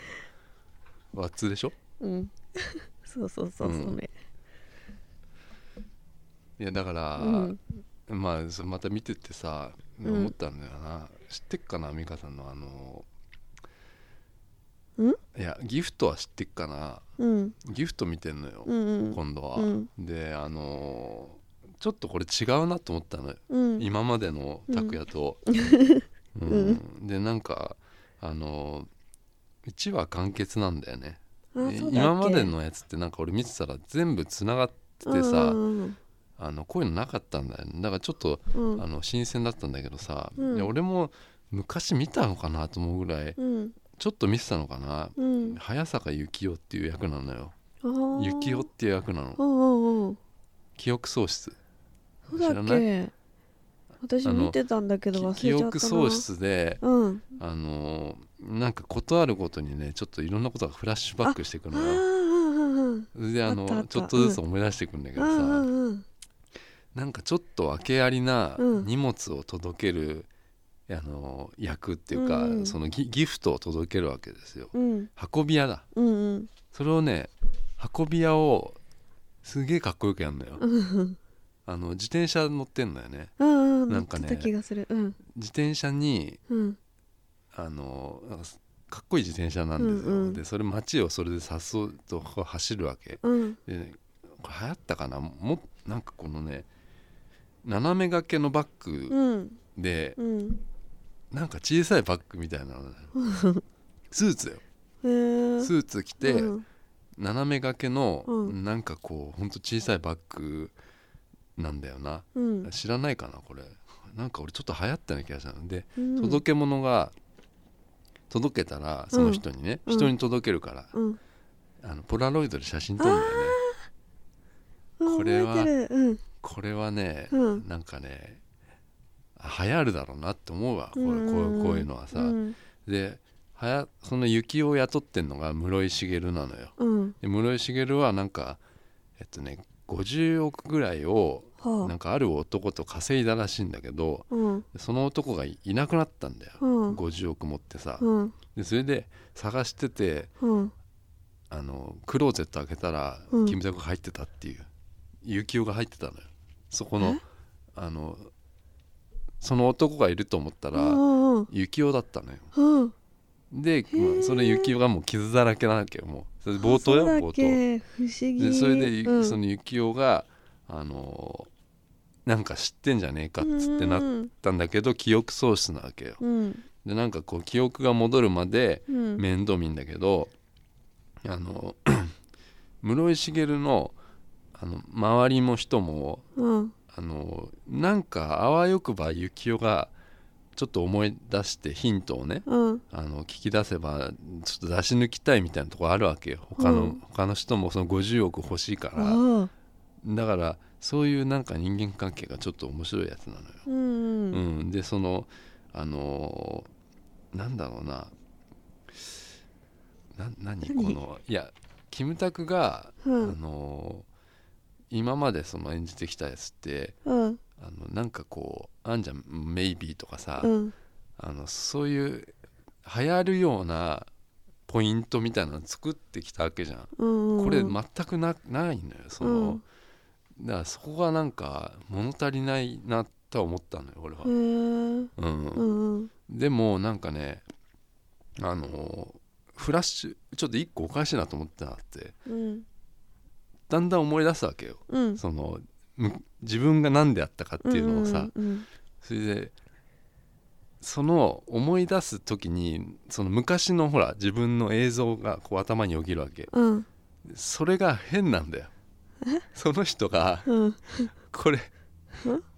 [SPEAKER 2] ワッツでしょ
[SPEAKER 1] うん そうそうそう
[SPEAKER 2] うん
[SPEAKER 1] それ
[SPEAKER 2] いやだから、
[SPEAKER 1] うん
[SPEAKER 2] まあそまた見ててさ
[SPEAKER 1] うん
[SPEAKER 2] 思ったんだよな、知ってっかな美香さんのあの
[SPEAKER 1] ん
[SPEAKER 2] いやギフトは知ってっかな
[SPEAKER 1] うん
[SPEAKER 2] ギフト見てんのよ、
[SPEAKER 1] うんうん
[SPEAKER 2] 今度は、
[SPEAKER 1] うん
[SPEAKER 2] であのちょっとこれ違うなと思ったのよ
[SPEAKER 1] うん
[SPEAKER 2] 今までの拓哉と、 うんでなんかあの1話完結なんだよね
[SPEAKER 1] あ
[SPEAKER 2] で
[SPEAKER 1] そうだっけ
[SPEAKER 2] 今までのやつってなんか俺見てたら全部つながっててさ、
[SPEAKER 1] うん
[SPEAKER 2] あのこういうのなかったんだよねだからちょっと、
[SPEAKER 1] うん
[SPEAKER 2] あの新鮮だったんだけどさ、
[SPEAKER 1] うん
[SPEAKER 2] いや俺も昔見たのかなと思うぐらい
[SPEAKER 1] うん
[SPEAKER 2] ちょっと見てたのかな、
[SPEAKER 1] うん
[SPEAKER 2] 早坂幸男っていう役なのよ
[SPEAKER 1] あー
[SPEAKER 2] 幸男っていう役なの
[SPEAKER 1] うんうんうん
[SPEAKER 2] 記憶喪失
[SPEAKER 1] そうだっ
[SPEAKER 2] 知らな
[SPEAKER 1] け私
[SPEAKER 2] あの
[SPEAKER 1] 見てたんだけど忘れち
[SPEAKER 2] 記
[SPEAKER 1] ゃったな
[SPEAKER 2] 憶喪失で
[SPEAKER 1] うん
[SPEAKER 2] あのーなんかことあるごとにねちょっといろんなことがフラッシュバックしてく
[SPEAKER 1] あ
[SPEAKER 2] る
[SPEAKER 1] ーあ
[SPEAKER 2] のよ
[SPEAKER 1] ー
[SPEAKER 2] であ
[SPEAKER 1] あったあ
[SPEAKER 2] の
[SPEAKER 1] った
[SPEAKER 2] ちょっとずつ思い出してくるんだけ
[SPEAKER 1] あーあー
[SPEAKER 2] ど
[SPEAKER 1] あ
[SPEAKER 2] さ、
[SPEAKER 1] ーうん
[SPEAKER 2] なんかちょっと訳ありな
[SPEAKER 1] うん
[SPEAKER 2] 荷物を届ける、あのー役っていうか、
[SPEAKER 1] うんうん
[SPEAKER 2] そのギギフトを届けるわけですよ
[SPEAKER 1] うん
[SPEAKER 2] 運び屋だ
[SPEAKER 1] うんうん
[SPEAKER 2] それをね運び屋をすげえかっこよくやるのよ、
[SPEAKER 1] うん
[SPEAKER 2] あの自転車乗ってんのよね
[SPEAKER 1] うんうん
[SPEAKER 2] なんか
[SPEAKER 1] 乗
[SPEAKER 2] ね
[SPEAKER 1] ってた気がするうん
[SPEAKER 2] 自転車に
[SPEAKER 1] うん
[SPEAKER 2] あのーなんかかっこいい自転車なんですよ、
[SPEAKER 1] うんうん
[SPEAKER 2] でそれ街をそれでさっそうとこう走るわけ
[SPEAKER 1] うん
[SPEAKER 2] でねこれ流行ったかなもなんかこのね斜め掛けのバッグ
[SPEAKER 1] うん
[SPEAKER 2] で、
[SPEAKER 1] うん
[SPEAKER 2] なんか小さいバッグみたいな のねスーツよ
[SPEAKER 1] へー
[SPEAKER 2] スーツ着て、
[SPEAKER 1] うん
[SPEAKER 2] 斜め掛けの、
[SPEAKER 1] うん
[SPEAKER 2] なんかこうほんと小さいバッグなんだよな、
[SPEAKER 1] うん
[SPEAKER 2] 知らないかなこれなんか俺ちょっと流行ったような気がしたので、
[SPEAKER 1] うん
[SPEAKER 2] 届け物が届けたらその人にね、
[SPEAKER 1] うん
[SPEAKER 2] 人に届けるから、
[SPEAKER 1] うん
[SPEAKER 2] あのポラロイドで写真撮るんだよね
[SPEAKER 1] うん
[SPEAKER 2] これは
[SPEAKER 1] 覚えてるうん
[SPEAKER 2] これはね、
[SPEAKER 1] うん
[SPEAKER 2] なんかねあ流行るだろうなって思うわこれこう
[SPEAKER 1] うん
[SPEAKER 2] こういうのはさ、
[SPEAKER 1] うん
[SPEAKER 2] ではやその雪を雇ってんのが室井茂なのよ
[SPEAKER 1] うん
[SPEAKER 2] で室井茂はなんかえっとね50億ぐらいを
[SPEAKER 1] は
[SPEAKER 2] なん
[SPEAKER 1] あ
[SPEAKER 2] かある男と稼いだらしいんだけど
[SPEAKER 1] うん
[SPEAKER 2] その男がいいなくなったんだよ、
[SPEAKER 1] うん
[SPEAKER 2] 50億持ってさ、
[SPEAKER 1] うん
[SPEAKER 2] でそれで探してて
[SPEAKER 1] うん
[SPEAKER 2] あのクローゼット開けたら
[SPEAKER 1] うん
[SPEAKER 2] キムタクが入ってたっていう、幸男が入ってたのよそこの
[SPEAKER 1] え
[SPEAKER 2] あのその男がいると思った
[SPEAKER 1] う
[SPEAKER 2] ら
[SPEAKER 1] んうん
[SPEAKER 2] 幸男だったのよ
[SPEAKER 1] うん
[SPEAKER 2] で、
[SPEAKER 1] へ
[SPEAKER 2] ま
[SPEAKER 1] え
[SPEAKER 2] あ、その幸男がもう傷だらけなわけよもうそれで冒頭よ
[SPEAKER 1] あそうだ
[SPEAKER 2] 冒
[SPEAKER 1] っ
[SPEAKER 2] 頭
[SPEAKER 1] け不思議
[SPEAKER 2] でそれで、ゆ
[SPEAKER 1] うん
[SPEAKER 2] その幸男があのなんか知ってんじゃねえかっつってなっ
[SPEAKER 1] うん
[SPEAKER 2] たんだけど記憶喪失なわけよ
[SPEAKER 1] うん
[SPEAKER 2] でなんかこう記憶が戻るまで
[SPEAKER 1] うん
[SPEAKER 2] 面倒見んだけどあの 室井茂のあの周りも人も
[SPEAKER 1] うん
[SPEAKER 2] あのなんかあわよくば幸男がちょっと思い出してヒントをね
[SPEAKER 1] うん
[SPEAKER 2] あの聞き出せばちょっと出し抜きたいみたいなとこあるわけよ他の,、
[SPEAKER 1] うん
[SPEAKER 2] 他の人もその50億欲しいから
[SPEAKER 1] ああ
[SPEAKER 2] だからそういうなんか人間関係がちょっと面白いやつなのよ。
[SPEAKER 1] うんうん
[SPEAKER 2] うん、でそのあのーなんだろうなな何
[SPEAKER 1] 何
[SPEAKER 2] このいやキムタクが、
[SPEAKER 1] うん
[SPEAKER 2] あのー今までその演じてきたやつって
[SPEAKER 1] うん
[SPEAKER 2] あのなんかこうあんじゃん「メイビー」とかさ、
[SPEAKER 1] うん
[SPEAKER 2] あのそういう流行るようなポイントみたいなの作ってきたわけじゃん。
[SPEAKER 1] うん
[SPEAKER 2] これ全くなないのよその、だからそこがなんか物足りないなとは思ったのよ俺は。
[SPEAKER 1] へえうん
[SPEAKER 2] うん
[SPEAKER 1] うん
[SPEAKER 2] でもなんかねあのーフラッシュちょっと一個おかしいなと思ってなって
[SPEAKER 1] うん
[SPEAKER 2] だんだん思い出すわけよ
[SPEAKER 1] うん
[SPEAKER 2] そのむ自分が何であったかっていうのをさ、
[SPEAKER 1] うん
[SPEAKER 2] それでその思い出す時にその昔のほら自分の映像がこう頭によぎるわけ
[SPEAKER 1] うん
[SPEAKER 2] それが変なんだよその人が
[SPEAKER 1] うん
[SPEAKER 2] これ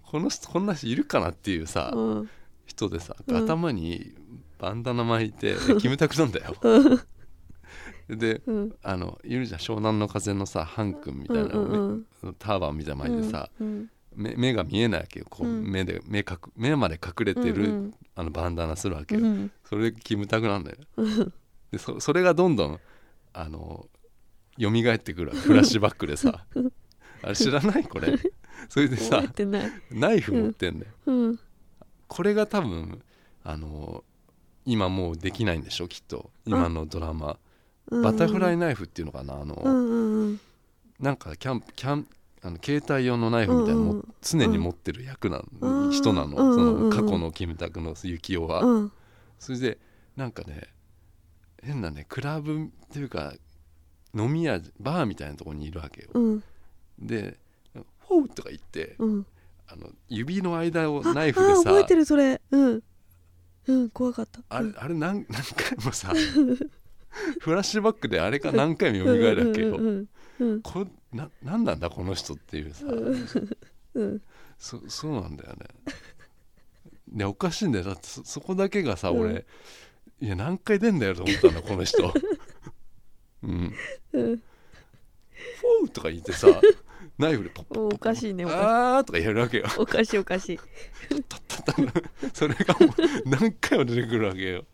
[SPEAKER 2] この人こんな人いるかなっていうさ、
[SPEAKER 1] うん
[SPEAKER 2] 人でさ、
[SPEAKER 1] うん
[SPEAKER 2] 頭にバンダナ巻 いてでキムタクなんだよで
[SPEAKER 1] うん
[SPEAKER 2] あのいるじゃん湘南の風のさハン君みたいな、
[SPEAKER 1] うんうん
[SPEAKER 2] めターバンみたいな前でさ、
[SPEAKER 1] うん
[SPEAKER 2] 目目が見えないわけよこう、
[SPEAKER 1] うん
[SPEAKER 2] 目で目かく目まで隠れてる、
[SPEAKER 1] うんうん
[SPEAKER 2] あのバンダナするわけ
[SPEAKER 1] う
[SPEAKER 2] よ、
[SPEAKER 1] ん
[SPEAKER 2] それでキムタクなんだよでそそれがどんどんあの蘇ってくる わけフラッシュバックでさあれ知らないこれそれでさ
[SPEAKER 1] 覚えてない
[SPEAKER 2] ナイフ持ってんだよ、
[SPEAKER 1] うん
[SPEAKER 2] これが多分あの今もうできないんでしょきっと今のドラ
[SPEAKER 1] う
[SPEAKER 2] マ、
[SPEAKER 1] ん
[SPEAKER 2] バタフライナイフっていうのかなあの、
[SPEAKER 1] うんうん
[SPEAKER 2] なんかキャンプキャンあの携帯用のナイフみたいなのも、
[SPEAKER 1] うんうん
[SPEAKER 2] 常に持ってる役なの、
[SPEAKER 1] うん
[SPEAKER 2] 人なの,、
[SPEAKER 1] うんうんうん
[SPEAKER 2] その過去のキムタクの幸男は、
[SPEAKER 1] うん
[SPEAKER 2] それでなんかね変なねクラブっていうか飲み屋バーみたいなところにいるわけよ、
[SPEAKER 1] うん
[SPEAKER 2] で「フォー」とか言って、
[SPEAKER 1] うん
[SPEAKER 2] あの指の間を
[SPEAKER 1] あ
[SPEAKER 2] ナイフで
[SPEAKER 1] あ覚え
[SPEAKER 2] さ
[SPEAKER 1] てるそれうんうん怖かった
[SPEAKER 2] あれあれ何何回もさフラッシュバックであれが何回も蘇るわけ
[SPEAKER 1] うんう
[SPEAKER 2] よ。
[SPEAKER 1] んうん
[SPEAKER 2] こな何なんだこの人っていうさ
[SPEAKER 1] うんうん
[SPEAKER 2] そそうなんだよね。ねおかしいんだよだってそそこだけがさ俺、いや何回出んだよと思ったんだこの人。うん、
[SPEAKER 1] うん
[SPEAKER 2] フォーとか言ってさナイフでポッポッポッポッ
[SPEAKER 1] おかしいねおかしい
[SPEAKER 2] あーとかやるわけよ。
[SPEAKER 1] おかしいおかしい
[SPEAKER 2] たったたそれがもう何回も出てくるわけよ。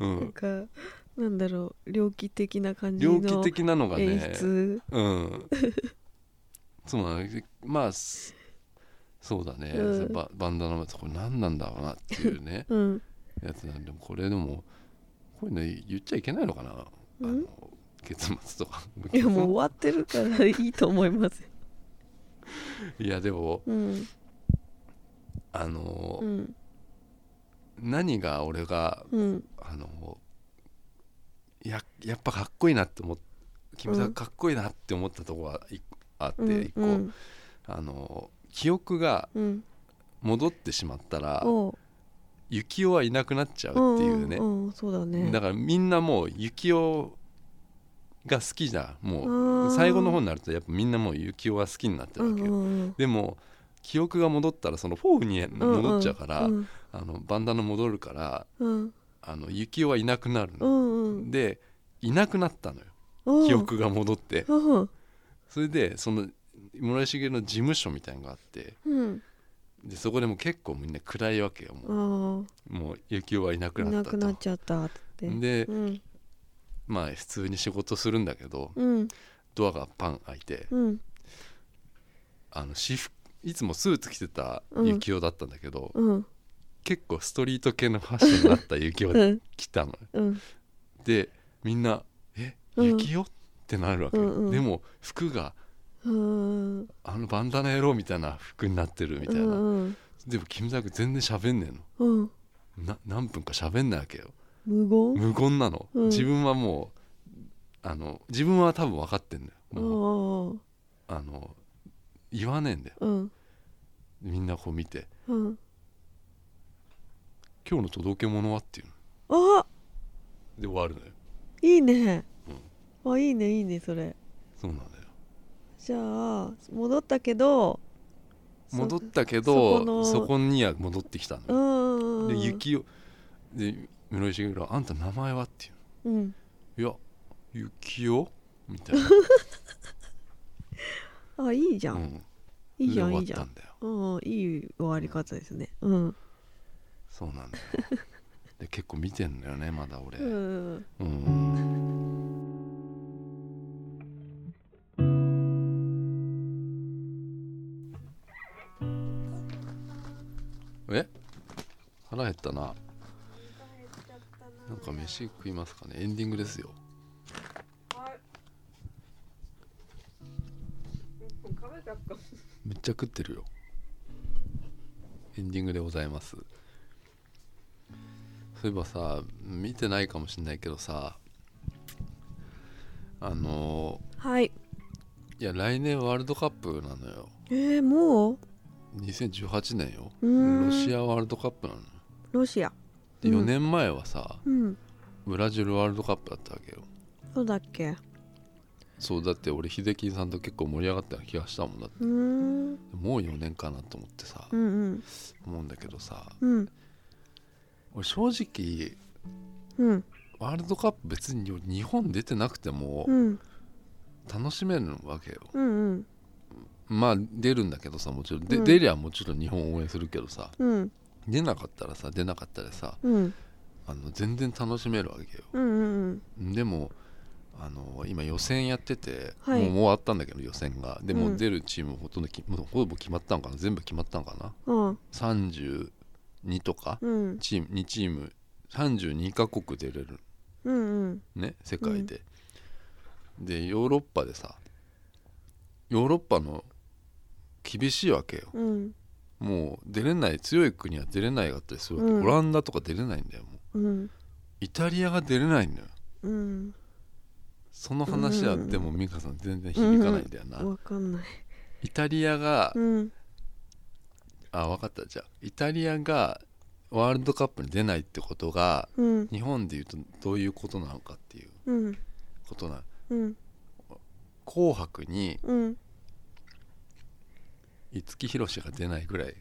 [SPEAKER 2] う
[SPEAKER 1] なん
[SPEAKER 2] ん、
[SPEAKER 1] かなんだろう猟奇的な感じ
[SPEAKER 2] 猟奇
[SPEAKER 1] の
[SPEAKER 2] 的なのがね
[SPEAKER 1] 演出
[SPEAKER 2] うん。そうなの。まあ、すそうだね。
[SPEAKER 1] うん、
[SPEAKER 2] ババンダナのやつ、これ何なんだろうなっていうね
[SPEAKER 1] うん
[SPEAKER 2] やつなんで、これでも、こういうの言っちゃいけないのかな。あ
[SPEAKER 1] ん
[SPEAKER 2] の結末とか。
[SPEAKER 1] いやもう終わってるからいいと思いますよ
[SPEAKER 2] いや、でも、
[SPEAKER 1] うん
[SPEAKER 2] あの
[SPEAKER 1] う、ん
[SPEAKER 2] 何が俺が、
[SPEAKER 1] うん
[SPEAKER 2] あの、ややっぱかっこいいなって思っキムタ
[SPEAKER 1] うん
[SPEAKER 2] クかっこいいなって思ったとこが一個あって、
[SPEAKER 1] うん
[SPEAKER 2] 一個、
[SPEAKER 1] うん
[SPEAKER 2] あの記憶が
[SPEAKER 1] うん
[SPEAKER 2] 戻ってしまったら、
[SPEAKER 1] おう
[SPEAKER 2] 幸男はいなくなっちゃうっていうね、
[SPEAKER 1] んんんそうだね
[SPEAKER 2] だからみんなもう幸男が好きじゃんも
[SPEAKER 1] あ
[SPEAKER 2] う
[SPEAKER 1] ー
[SPEAKER 2] 最後の方になるとやっぱみんなもう幸男は好きになって
[SPEAKER 1] う
[SPEAKER 2] るわ
[SPEAKER 1] ん
[SPEAKER 2] け
[SPEAKER 1] う
[SPEAKER 2] よ、
[SPEAKER 1] んうん
[SPEAKER 2] でも記憶が戻ったらそのフォーに戻っちゃうから、
[SPEAKER 1] うん
[SPEAKER 2] あのバンダナ戻るから
[SPEAKER 1] うん
[SPEAKER 2] あの幸男はいなくなる
[SPEAKER 1] う
[SPEAKER 2] の、
[SPEAKER 1] ん
[SPEAKER 2] でいなくなったのよ
[SPEAKER 1] うん
[SPEAKER 2] 記憶が戻って
[SPEAKER 1] うん
[SPEAKER 2] それでその村井茂の事務所みたいのがあって
[SPEAKER 1] うん
[SPEAKER 2] でそこでもう結構みんな暗いわけよも
[SPEAKER 1] あ
[SPEAKER 2] うもう幸男はいな
[SPEAKER 1] あい
[SPEAKER 2] くな
[SPEAKER 1] な
[SPEAKER 2] ったと
[SPEAKER 1] くなっちゃったって
[SPEAKER 2] で
[SPEAKER 1] うん
[SPEAKER 2] まあ普通に仕事するんだけど
[SPEAKER 1] うん
[SPEAKER 2] ドアがパン開いて
[SPEAKER 1] うん
[SPEAKER 2] あの私服いつもスーツ着てた
[SPEAKER 1] うん
[SPEAKER 2] 幸男だったんだけど、
[SPEAKER 1] うん
[SPEAKER 2] 結構ストリート系のファッションになった幸
[SPEAKER 1] う
[SPEAKER 2] 男
[SPEAKER 1] ん
[SPEAKER 2] 来たのよ
[SPEAKER 1] うん
[SPEAKER 2] でみんな「え
[SPEAKER 1] うん
[SPEAKER 2] 幸男ってなるわけよ、
[SPEAKER 1] うんうん
[SPEAKER 2] でも服が
[SPEAKER 1] うん
[SPEAKER 2] あのバンダナ野郎みたいな服になってるみたいな、
[SPEAKER 1] うん
[SPEAKER 2] でもキムタク全然喋んねえの
[SPEAKER 1] うん
[SPEAKER 2] な何分か喋んないわけよ
[SPEAKER 1] 無言
[SPEAKER 2] 無言なの、
[SPEAKER 1] うん
[SPEAKER 2] 自分はもうあの自分は多分分かってんだよもう
[SPEAKER 1] うん
[SPEAKER 2] あの言わねえんだよ
[SPEAKER 1] うん
[SPEAKER 2] みんなこう見て
[SPEAKER 1] うん
[SPEAKER 2] 「今日の届け物は?」っていうの
[SPEAKER 1] あ
[SPEAKER 2] で終わるのよ
[SPEAKER 1] いいねあいいねいいねそれ
[SPEAKER 2] そうなんだよ
[SPEAKER 1] じゃあ戻ったけどそ
[SPEAKER 2] 戻ったけ
[SPEAKER 1] そこ
[SPEAKER 2] ど
[SPEAKER 1] の
[SPEAKER 2] そこには戻ってきた
[SPEAKER 1] う
[SPEAKER 2] のよ、
[SPEAKER 1] んうんうん
[SPEAKER 2] で雪をで室井茂が「あんた名前は?」っていう
[SPEAKER 1] うん
[SPEAKER 2] の「いや雪よ」み たいな、
[SPEAKER 1] あいいじゃ
[SPEAKER 2] うんん、
[SPEAKER 1] いいじゃん
[SPEAKER 2] で
[SPEAKER 1] いい
[SPEAKER 2] 終
[SPEAKER 1] じ
[SPEAKER 2] わ
[SPEAKER 1] ゃ
[SPEAKER 2] った
[SPEAKER 1] ん
[SPEAKER 2] んだよ
[SPEAKER 1] うんうんいい終わり方ですねうん
[SPEAKER 2] そうなんだよで結構見てんだよねまだ俺、
[SPEAKER 1] うん
[SPEAKER 2] うん、え腹減ったななんか飯食いますかねエンディングですよめっちゃ食ってるよエンディングでございますそういえばさ見てないかもしんないけどさあの
[SPEAKER 1] はい
[SPEAKER 2] いや来年ワールドカップなのよ
[SPEAKER 1] えー、もう
[SPEAKER 2] 2018年よ
[SPEAKER 1] うーん
[SPEAKER 2] ロシアワールドカップなのよ
[SPEAKER 1] ロシア
[SPEAKER 2] で
[SPEAKER 1] うん
[SPEAKER 2] 4年前はさ、
[SPEAKER 1] うん
[SPEAKER 2] ブラジルワールドカップだったわけよ
[SPEAKER 1] そうだっけ
[SPEAKER 2] そうだって俺秀樹さんと結構盛り上がったような気がしたもんだって
[SPEAKER 1] うーん
[SPEAKER 2] もう4年かなと思ってさ、
[SPEAKER 1] うんうん
[SPEAKER 2] 思うんだけどさ
[SPEAKER 1] うん
[SPEAKER 2] 俺正直
[SPEAKER 1] うん
[SPEAKER 2] ワールドカップ別に日本出てなくても
[SPEAKER 1] うん
[SPEAKER 2] 楽しめるわけよ、
[SPEAKER 1] うん
[SPEAKER 2] まあ出るんだけどさもちろん、で
[SPEAKER 1] うん
[SPEAKER 2] 出りゃもちろん日本応援するけどさ
[SPEAKER 1] うん
[SPEAKER 2] 出なかったらさ出なかったらさ
[SPEAKER 1] うんうん
[SPEAKER 2] あの全然楽しめるわけよ
[SPEAKER 1] うんうん
[SPEAKER 2] でもあの今予選やってて、
[SPEAKER 1] はい
[SPEAKER 2] もう終わったんだけど予選がでも
[SPEAKER 1] うん
[SPEAKER 2] 出るチームほとんどき、もうほぼ決まったんかな全部決まったんかな
[SPEAKER 1] うん
[SPEAKER 2] 32とか
[SPEAKER 1] うん
[SPEAKER 2] チーム2チーム32カ国出れる
[SPEAKER 1] うん
[SPEAKER 2] ね世界で、でヨーロッパでさヨーロッパの厳しいわけよ
[SPEAKER 1] うん
[SPEAKER 2] もう出れない強い国は出れないかったりするわけ、
[SPEAKER 1] うん
[SPEAKER 2] オランダとか出れないんだよもう
[SPEAKER 1] うん
[SPEAKER 2] イタリアが出れないんだよ
[SPEAKER 1] うん
[SPEAKER 2] その話は
[SPEAKER 1] うん
[SPEAKER 2] でも美香さん全然響かないんだよな、
[SPEAKER 1] わかんない
[SPEAKER 2] イタリアが、
[SPEAKER 1] うん
[SPEAKER 2] あ分かったじゃあイタリアがワールドカップに出ないってことが
[SPEAKER 1] うん
[SPEAKER 2] 日本でいうとどういうことなのかっていう
[SPEAKER 1] うん
[SPEAKER 2] ことな
[SPEAKER 1] うん
[SPEAKER 2] 「紅白」に
[SPEAKER 1] うん
[SPEAKER 2] 五木ひろしが出ないぐらい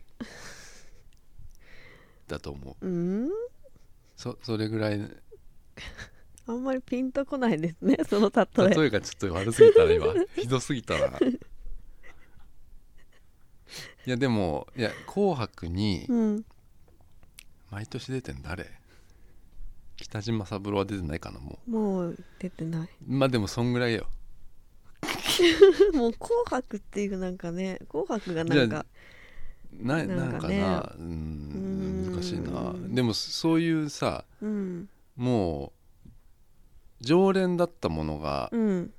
[SPEAKER 2] だと思う
[SPEAKER 1] うん
[SPEAKER 2] そそれぐらい例
[SPEAKER 1] あんまりピンとこないですねその例え
[SPEAKER 2] えがちょっと悪すぎた ら今ひどすぎたないやでもいや「紅白」に
[SPEAKER 1] うん
[SPEAKER 2] 毎年出てん誰北島三郎は出てないかなも
[SPEAKER 1] もう出てないう
[SPEAKER 2] まあでもそんぐらいよ
[SPEAKER 1] もう「紅白」っていうなんかね「紅白」が
[SPEAKER 2] じ
[SPEAKER 1] な
[SPEAKER 2] ゃあ
[SPEAKER 1] んか
[SPEAKER 2] な
[SPEAKER 1] な
[SPEAKER 2] なんん
[SPEAKER 1] か
[SPEAKER 2] か
[SPEAKER 1] ね
[SPEAKER 2] なうん
[SPEAKER 1] うーん
[SPEAKER 2] 難しいなでもそういうさ
[SPEAKER 1] うん
[SPEAKER 2] もう常連だったものが
[SPEAKER 1] うん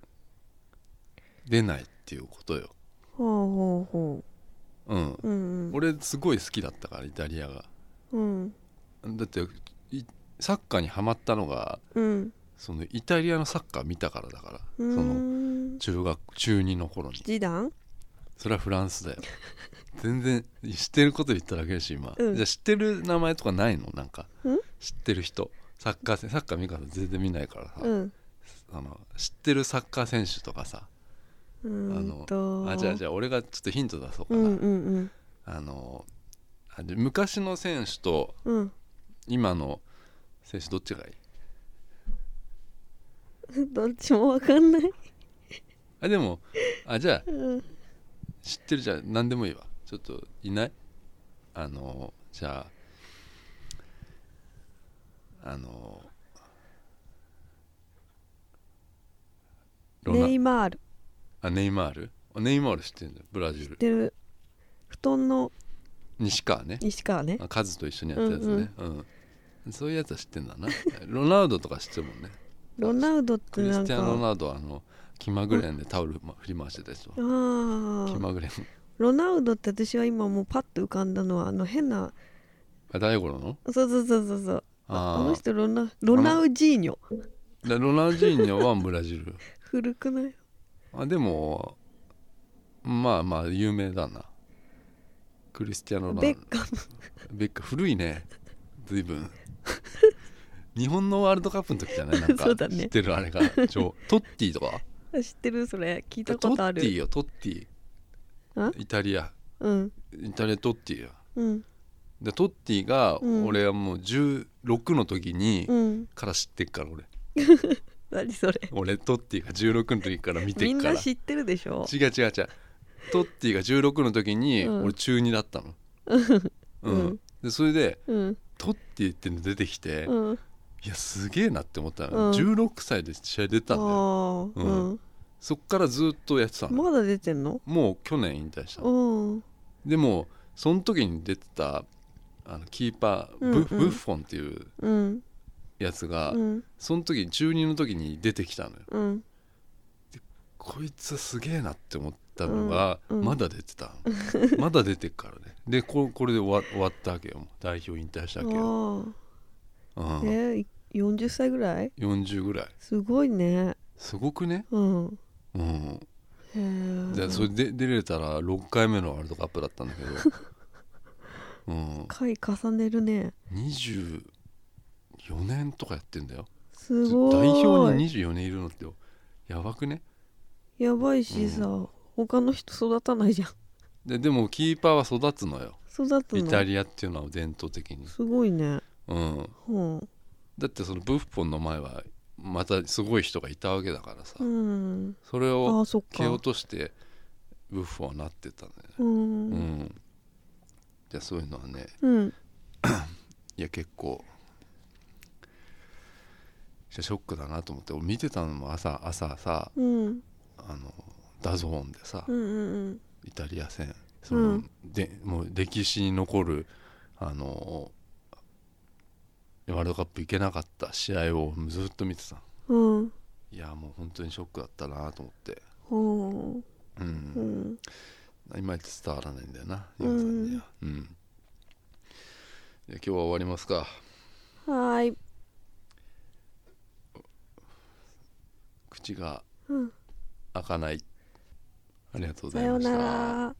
[SPEAKER 2] 出ないっていうことよ
[SPEAKER 1] ほうほうほ
[SPEAKER 2] うん
[SPEAKER 1] ううんうん
[SPEAKER 2] 俺すごい好きだったからイタリアが
[SPEAKER 1] うん
[SPEAKER 2] だっていサッカーにはまったのが
[SPEAKER 1] うん
[SPEAKER 2] そのイタリアのサッカー見たからだか
[SPEAKER 1] う
[SPEAKER 2] らその
[SPEAKER 1] ーん
[SPEAKER 2] 中学中2の頃に
[SPEAKER 1] 示談
[SPEAKER 2] それはフランスだ よ全然知ってること言っただけだし今、
[SPEAKER 1] うん
[SPEAKER 2] じゃあ知ってる名前とかないのなんか
[SPEAKER 1] ん
[SPEAKER 2] 知ってる人サッカーせサッカー見方全然見ないからさ、
[SPEAKER 1] うん
[SPEAKER 2] あの知ってるサッカー選手とかさ
[SPEAKER 1] うーんと
[SPEAKER 2] あじゃあじゃあ俺がちょっとヒント出そうか
[SPEAKER 1] う
[SPEAKER 2] な、
[SPEAKER 1] んうん
[SPEAKER 2] あのあで昔の選手と
[SPEAKER 1] うんうん
[SPEAKER 2] 今の選手どっちがいい
[SPEAKER 1] どっちもわかんない。
[SPEAKER 2] あでもあじゃあ
[SPEAKER 1] うん
[SPEAKER 2] 知ってるじゃん何でもいいわちょっといないあのじゃああのロナ
[SPEAKER 1] ネイマール。
[SPEAKER 2] あネイマールあネイマール知ってるんだよブラジル
[SPEAKER 1] でる布団の
[SPEAKER 2] 西川ね
[SPEAKER 1] 西川ね。
[SPEAKER 2] あカズと一緒にやったやつねうん、そういうやつは知ってんだなロナウドとか知ってるもんね
[SPEAKER 1] ロナウドっ
[SPEAKER 2] ク
[SPEAKER 1] て
[SPEAKER 2] リ
[SPEAKER 1] な
[SPEAKER 2] ス
[SPEAKER 1] ん
[SPEAKER 2] ティアーノ・ロ
[SPEAKER 1] か。
[SPEAKER 2] ナウドはあの気まぐれんでタオルま振り回してた人
[SPEAKER 1] あ
[SPEAKER 2] 気
[SPEAKER 1] あ
[SPEAKER 2] まぐれん
[SPEAKER 1] ロナウドって私は今もうパッと浮かんだのはあの変な
[SPEAKER 2] あ大五郎の
[SPEAKER 1] そうそうそうそうそうあ
[SPEAKER 2] あー
[SPEAKER 1] の人ロナロナウジーニョ
[SPEAKER 2] でロナウジーニョはブラジル
[SPEAKER 1] 古くない
[SPEAKER 2] あでもまあまあ有名だなクリスティアーノ・ロナウ
[SPEAKER 1] ベ
[SPEAKER 2] ド
[SPEAKER 1] ッカム
[SPEAKER 2] ベッカ古いね随分日本のワールドカップの時じゃ ないなんか
[SPEAKER 1] そうだね
[SPEAKER 2] 知ってるあれが、超トッティとか
[SPEAKER 1] 知ってるそれ聞いた
[SPEAKER 2] ト
[SPEAKER 1] ことあ
[SPEAKER 2] ッティ
[SPEAKER 1] る
[SPEAKER 2] よトッテ
[SPEAKER 1] あ
[SPEAKER 2] ィイタリア
[SPEAKER 1] うん
[SPEAKER 2] イタリアトッティよ
[SPEAKER 1] うん
[SPEAKER 2] でトッティが
[SPEAKER 1] うん
[SPEAKER 2] 俺はもう16の時に
[SPEAKER 1] うん
[SPEAKER 2] から知ってっから俺
[SPEAKER 1] 何それ
[SPEAKER 2] 俺トッティが16の時から見て
[SPEAKER 1] み
[SPEAKER 2] っ
[SPEAKER 1] ん
[SPEAKER 2] か
[SPEAKER 1] な
[SPEAKER 2] ら
[SPEAKER 1] 知ってるでしょ
[SPEAKER 2] 違う違う違うトッティが16の時に
[SPEAKER 1] うん
[SPEAKER 2] 俺中2だったのうん、
[SPEAKER 1] うん
[SPEAKER 2] でそれで
[SPEAKER 1] うん
[SPEAKER 2] トッティっていうの出てきて、い
[SPEAKER 1] うん
[SPEAKER 2] やすげえなって思った
[SPEAKER 1] う
[SPEAKER 2] の、
[SPEAKER 1] ん
[SPEAKER 2] 16歳で試合出
[SPEAKER 1] あ
[SPEAKER 2] たんだよ
[SPEAKER 1] ー
[SPEAKER 2] う
[SPEAKER 1] うんん
[SPEAKER 2] そっからずっとやってたの、
[SPEAKER 1] まだ出てんの
[SPEAKER 2] もう去年引退したの
[SPEAKER 1] うん
[SPEAKER 2] でもその時に出てたあのキーパーブ,、
[SPEAKER 1] うんうん
[SPEAKER 2] ブッフォンっていう
[SPEAKER 1] うん
[SPEAKER 2] やつが、
[SPEAKER 1] うん
[SPEAKER 2] その時中2の時に出てきたのよ
[SPEAKER 1] うん
[SPEAKER 2] こいつすげえなって思ったのが、
[SPEAKER 1] うんうん
[SPEAKER 2] まだ出てた のまだ出てっからねでここれで終わ終わったわけよ代表引退した
[SPEAKER 1] あ
[SPEAKER 2] わけよ、
[SPEAKER 1] ー
[SPEAKER 2] うん
[SPEAKER 1] えー40歳ぐらい
[SPEAKER 2] 40ぐらい
[SPEAKER 1] すごいね
[SPEAKER 2] すごくね、
[SPEAKER 1] うん
[SPEAKER 2] うん、
[SPEAKER 1] へえ
[SPEAKER 2] でそれで出れたら6回目のワールドカップだったん だけど、うん、
[SPEAKER 1] 回重ねるね
[SPEAKER 2] 24年とかやってんだよ
[SPEAKER 1] す
[SPEAKER 2] 代
[SPEAKER 1] ごい
[SPEAKER 2] 表に24年いるのってやばくね
[SPEAKER 1] やばいしさ、他の人育たないじゃん
[SPEAKER 2] ででもキーパーは育つのよ
[SPEAKER 1] 育つの
[SPEAKER 2] イタリアっていうのは伝統的に、
[SPEAKER 1] すごいね
[SPEAKER 2] うん、
[SPEAKER 1] うん、
[SPEAKER 2] だってそのブッフォンの前はまたすごい人がいたわけだからさ、
[SPEAKER 1] うん、
[SPEAKER 2] それ
[SPEAKER 1] あ
[SPEAKER 2] を
[SPEAKER 1] あそっ
[SPEAKER 2] 蹴落
[SPEAKER 1] か
[SPEAKER 2] としてブッフォンはなってたんだよね
[SPEAKER 1] う
[SPEAKER 2] うん、
[SPEAKER 1] ん
[SPEAKER 2] じゃあそういうのはね
[SPEAKER 1] うん
[SPEAKER 2] いや結構ショックだなと思って俺見てたのも朝朝さ
[SPEAKER 1] うん
[SPEAKER 2] あのダゾーンでさ、
[SPEAKER 1] うんうん
[SPEAKER 2] イタリア戦その、
[SPEAKER 1] うん
[SPEAKER 2] でもう歴史に残るあのワールドカップ行けなかった試合をずっと見てた
[SPEAKER 1] うんうん
[SPEAKER 2] いやもう本当にショックだったなと思って、
[SPEAKER 1] ほ
[SPEAKER 2] う、
[SPEAKER 1] ううんん
[SPEAKER 2] いまいち伝わらないんだよな
[SPEAKER 1] うん
[SPEAKER 2] 今さんにはうん、じゃあ今日は終わりますか
[SPEAKER 1] はーい
[SPEAKER 2] 口が
[SPEAKER 1] うん
[SPEAKER 2] 開かないありがとうご
[SPEAKER 1] さ
[SPEAKER 2] ざい
[SPEAKER 1] よう
[SPEAKER 2] ました
[SPEAKER 1] なら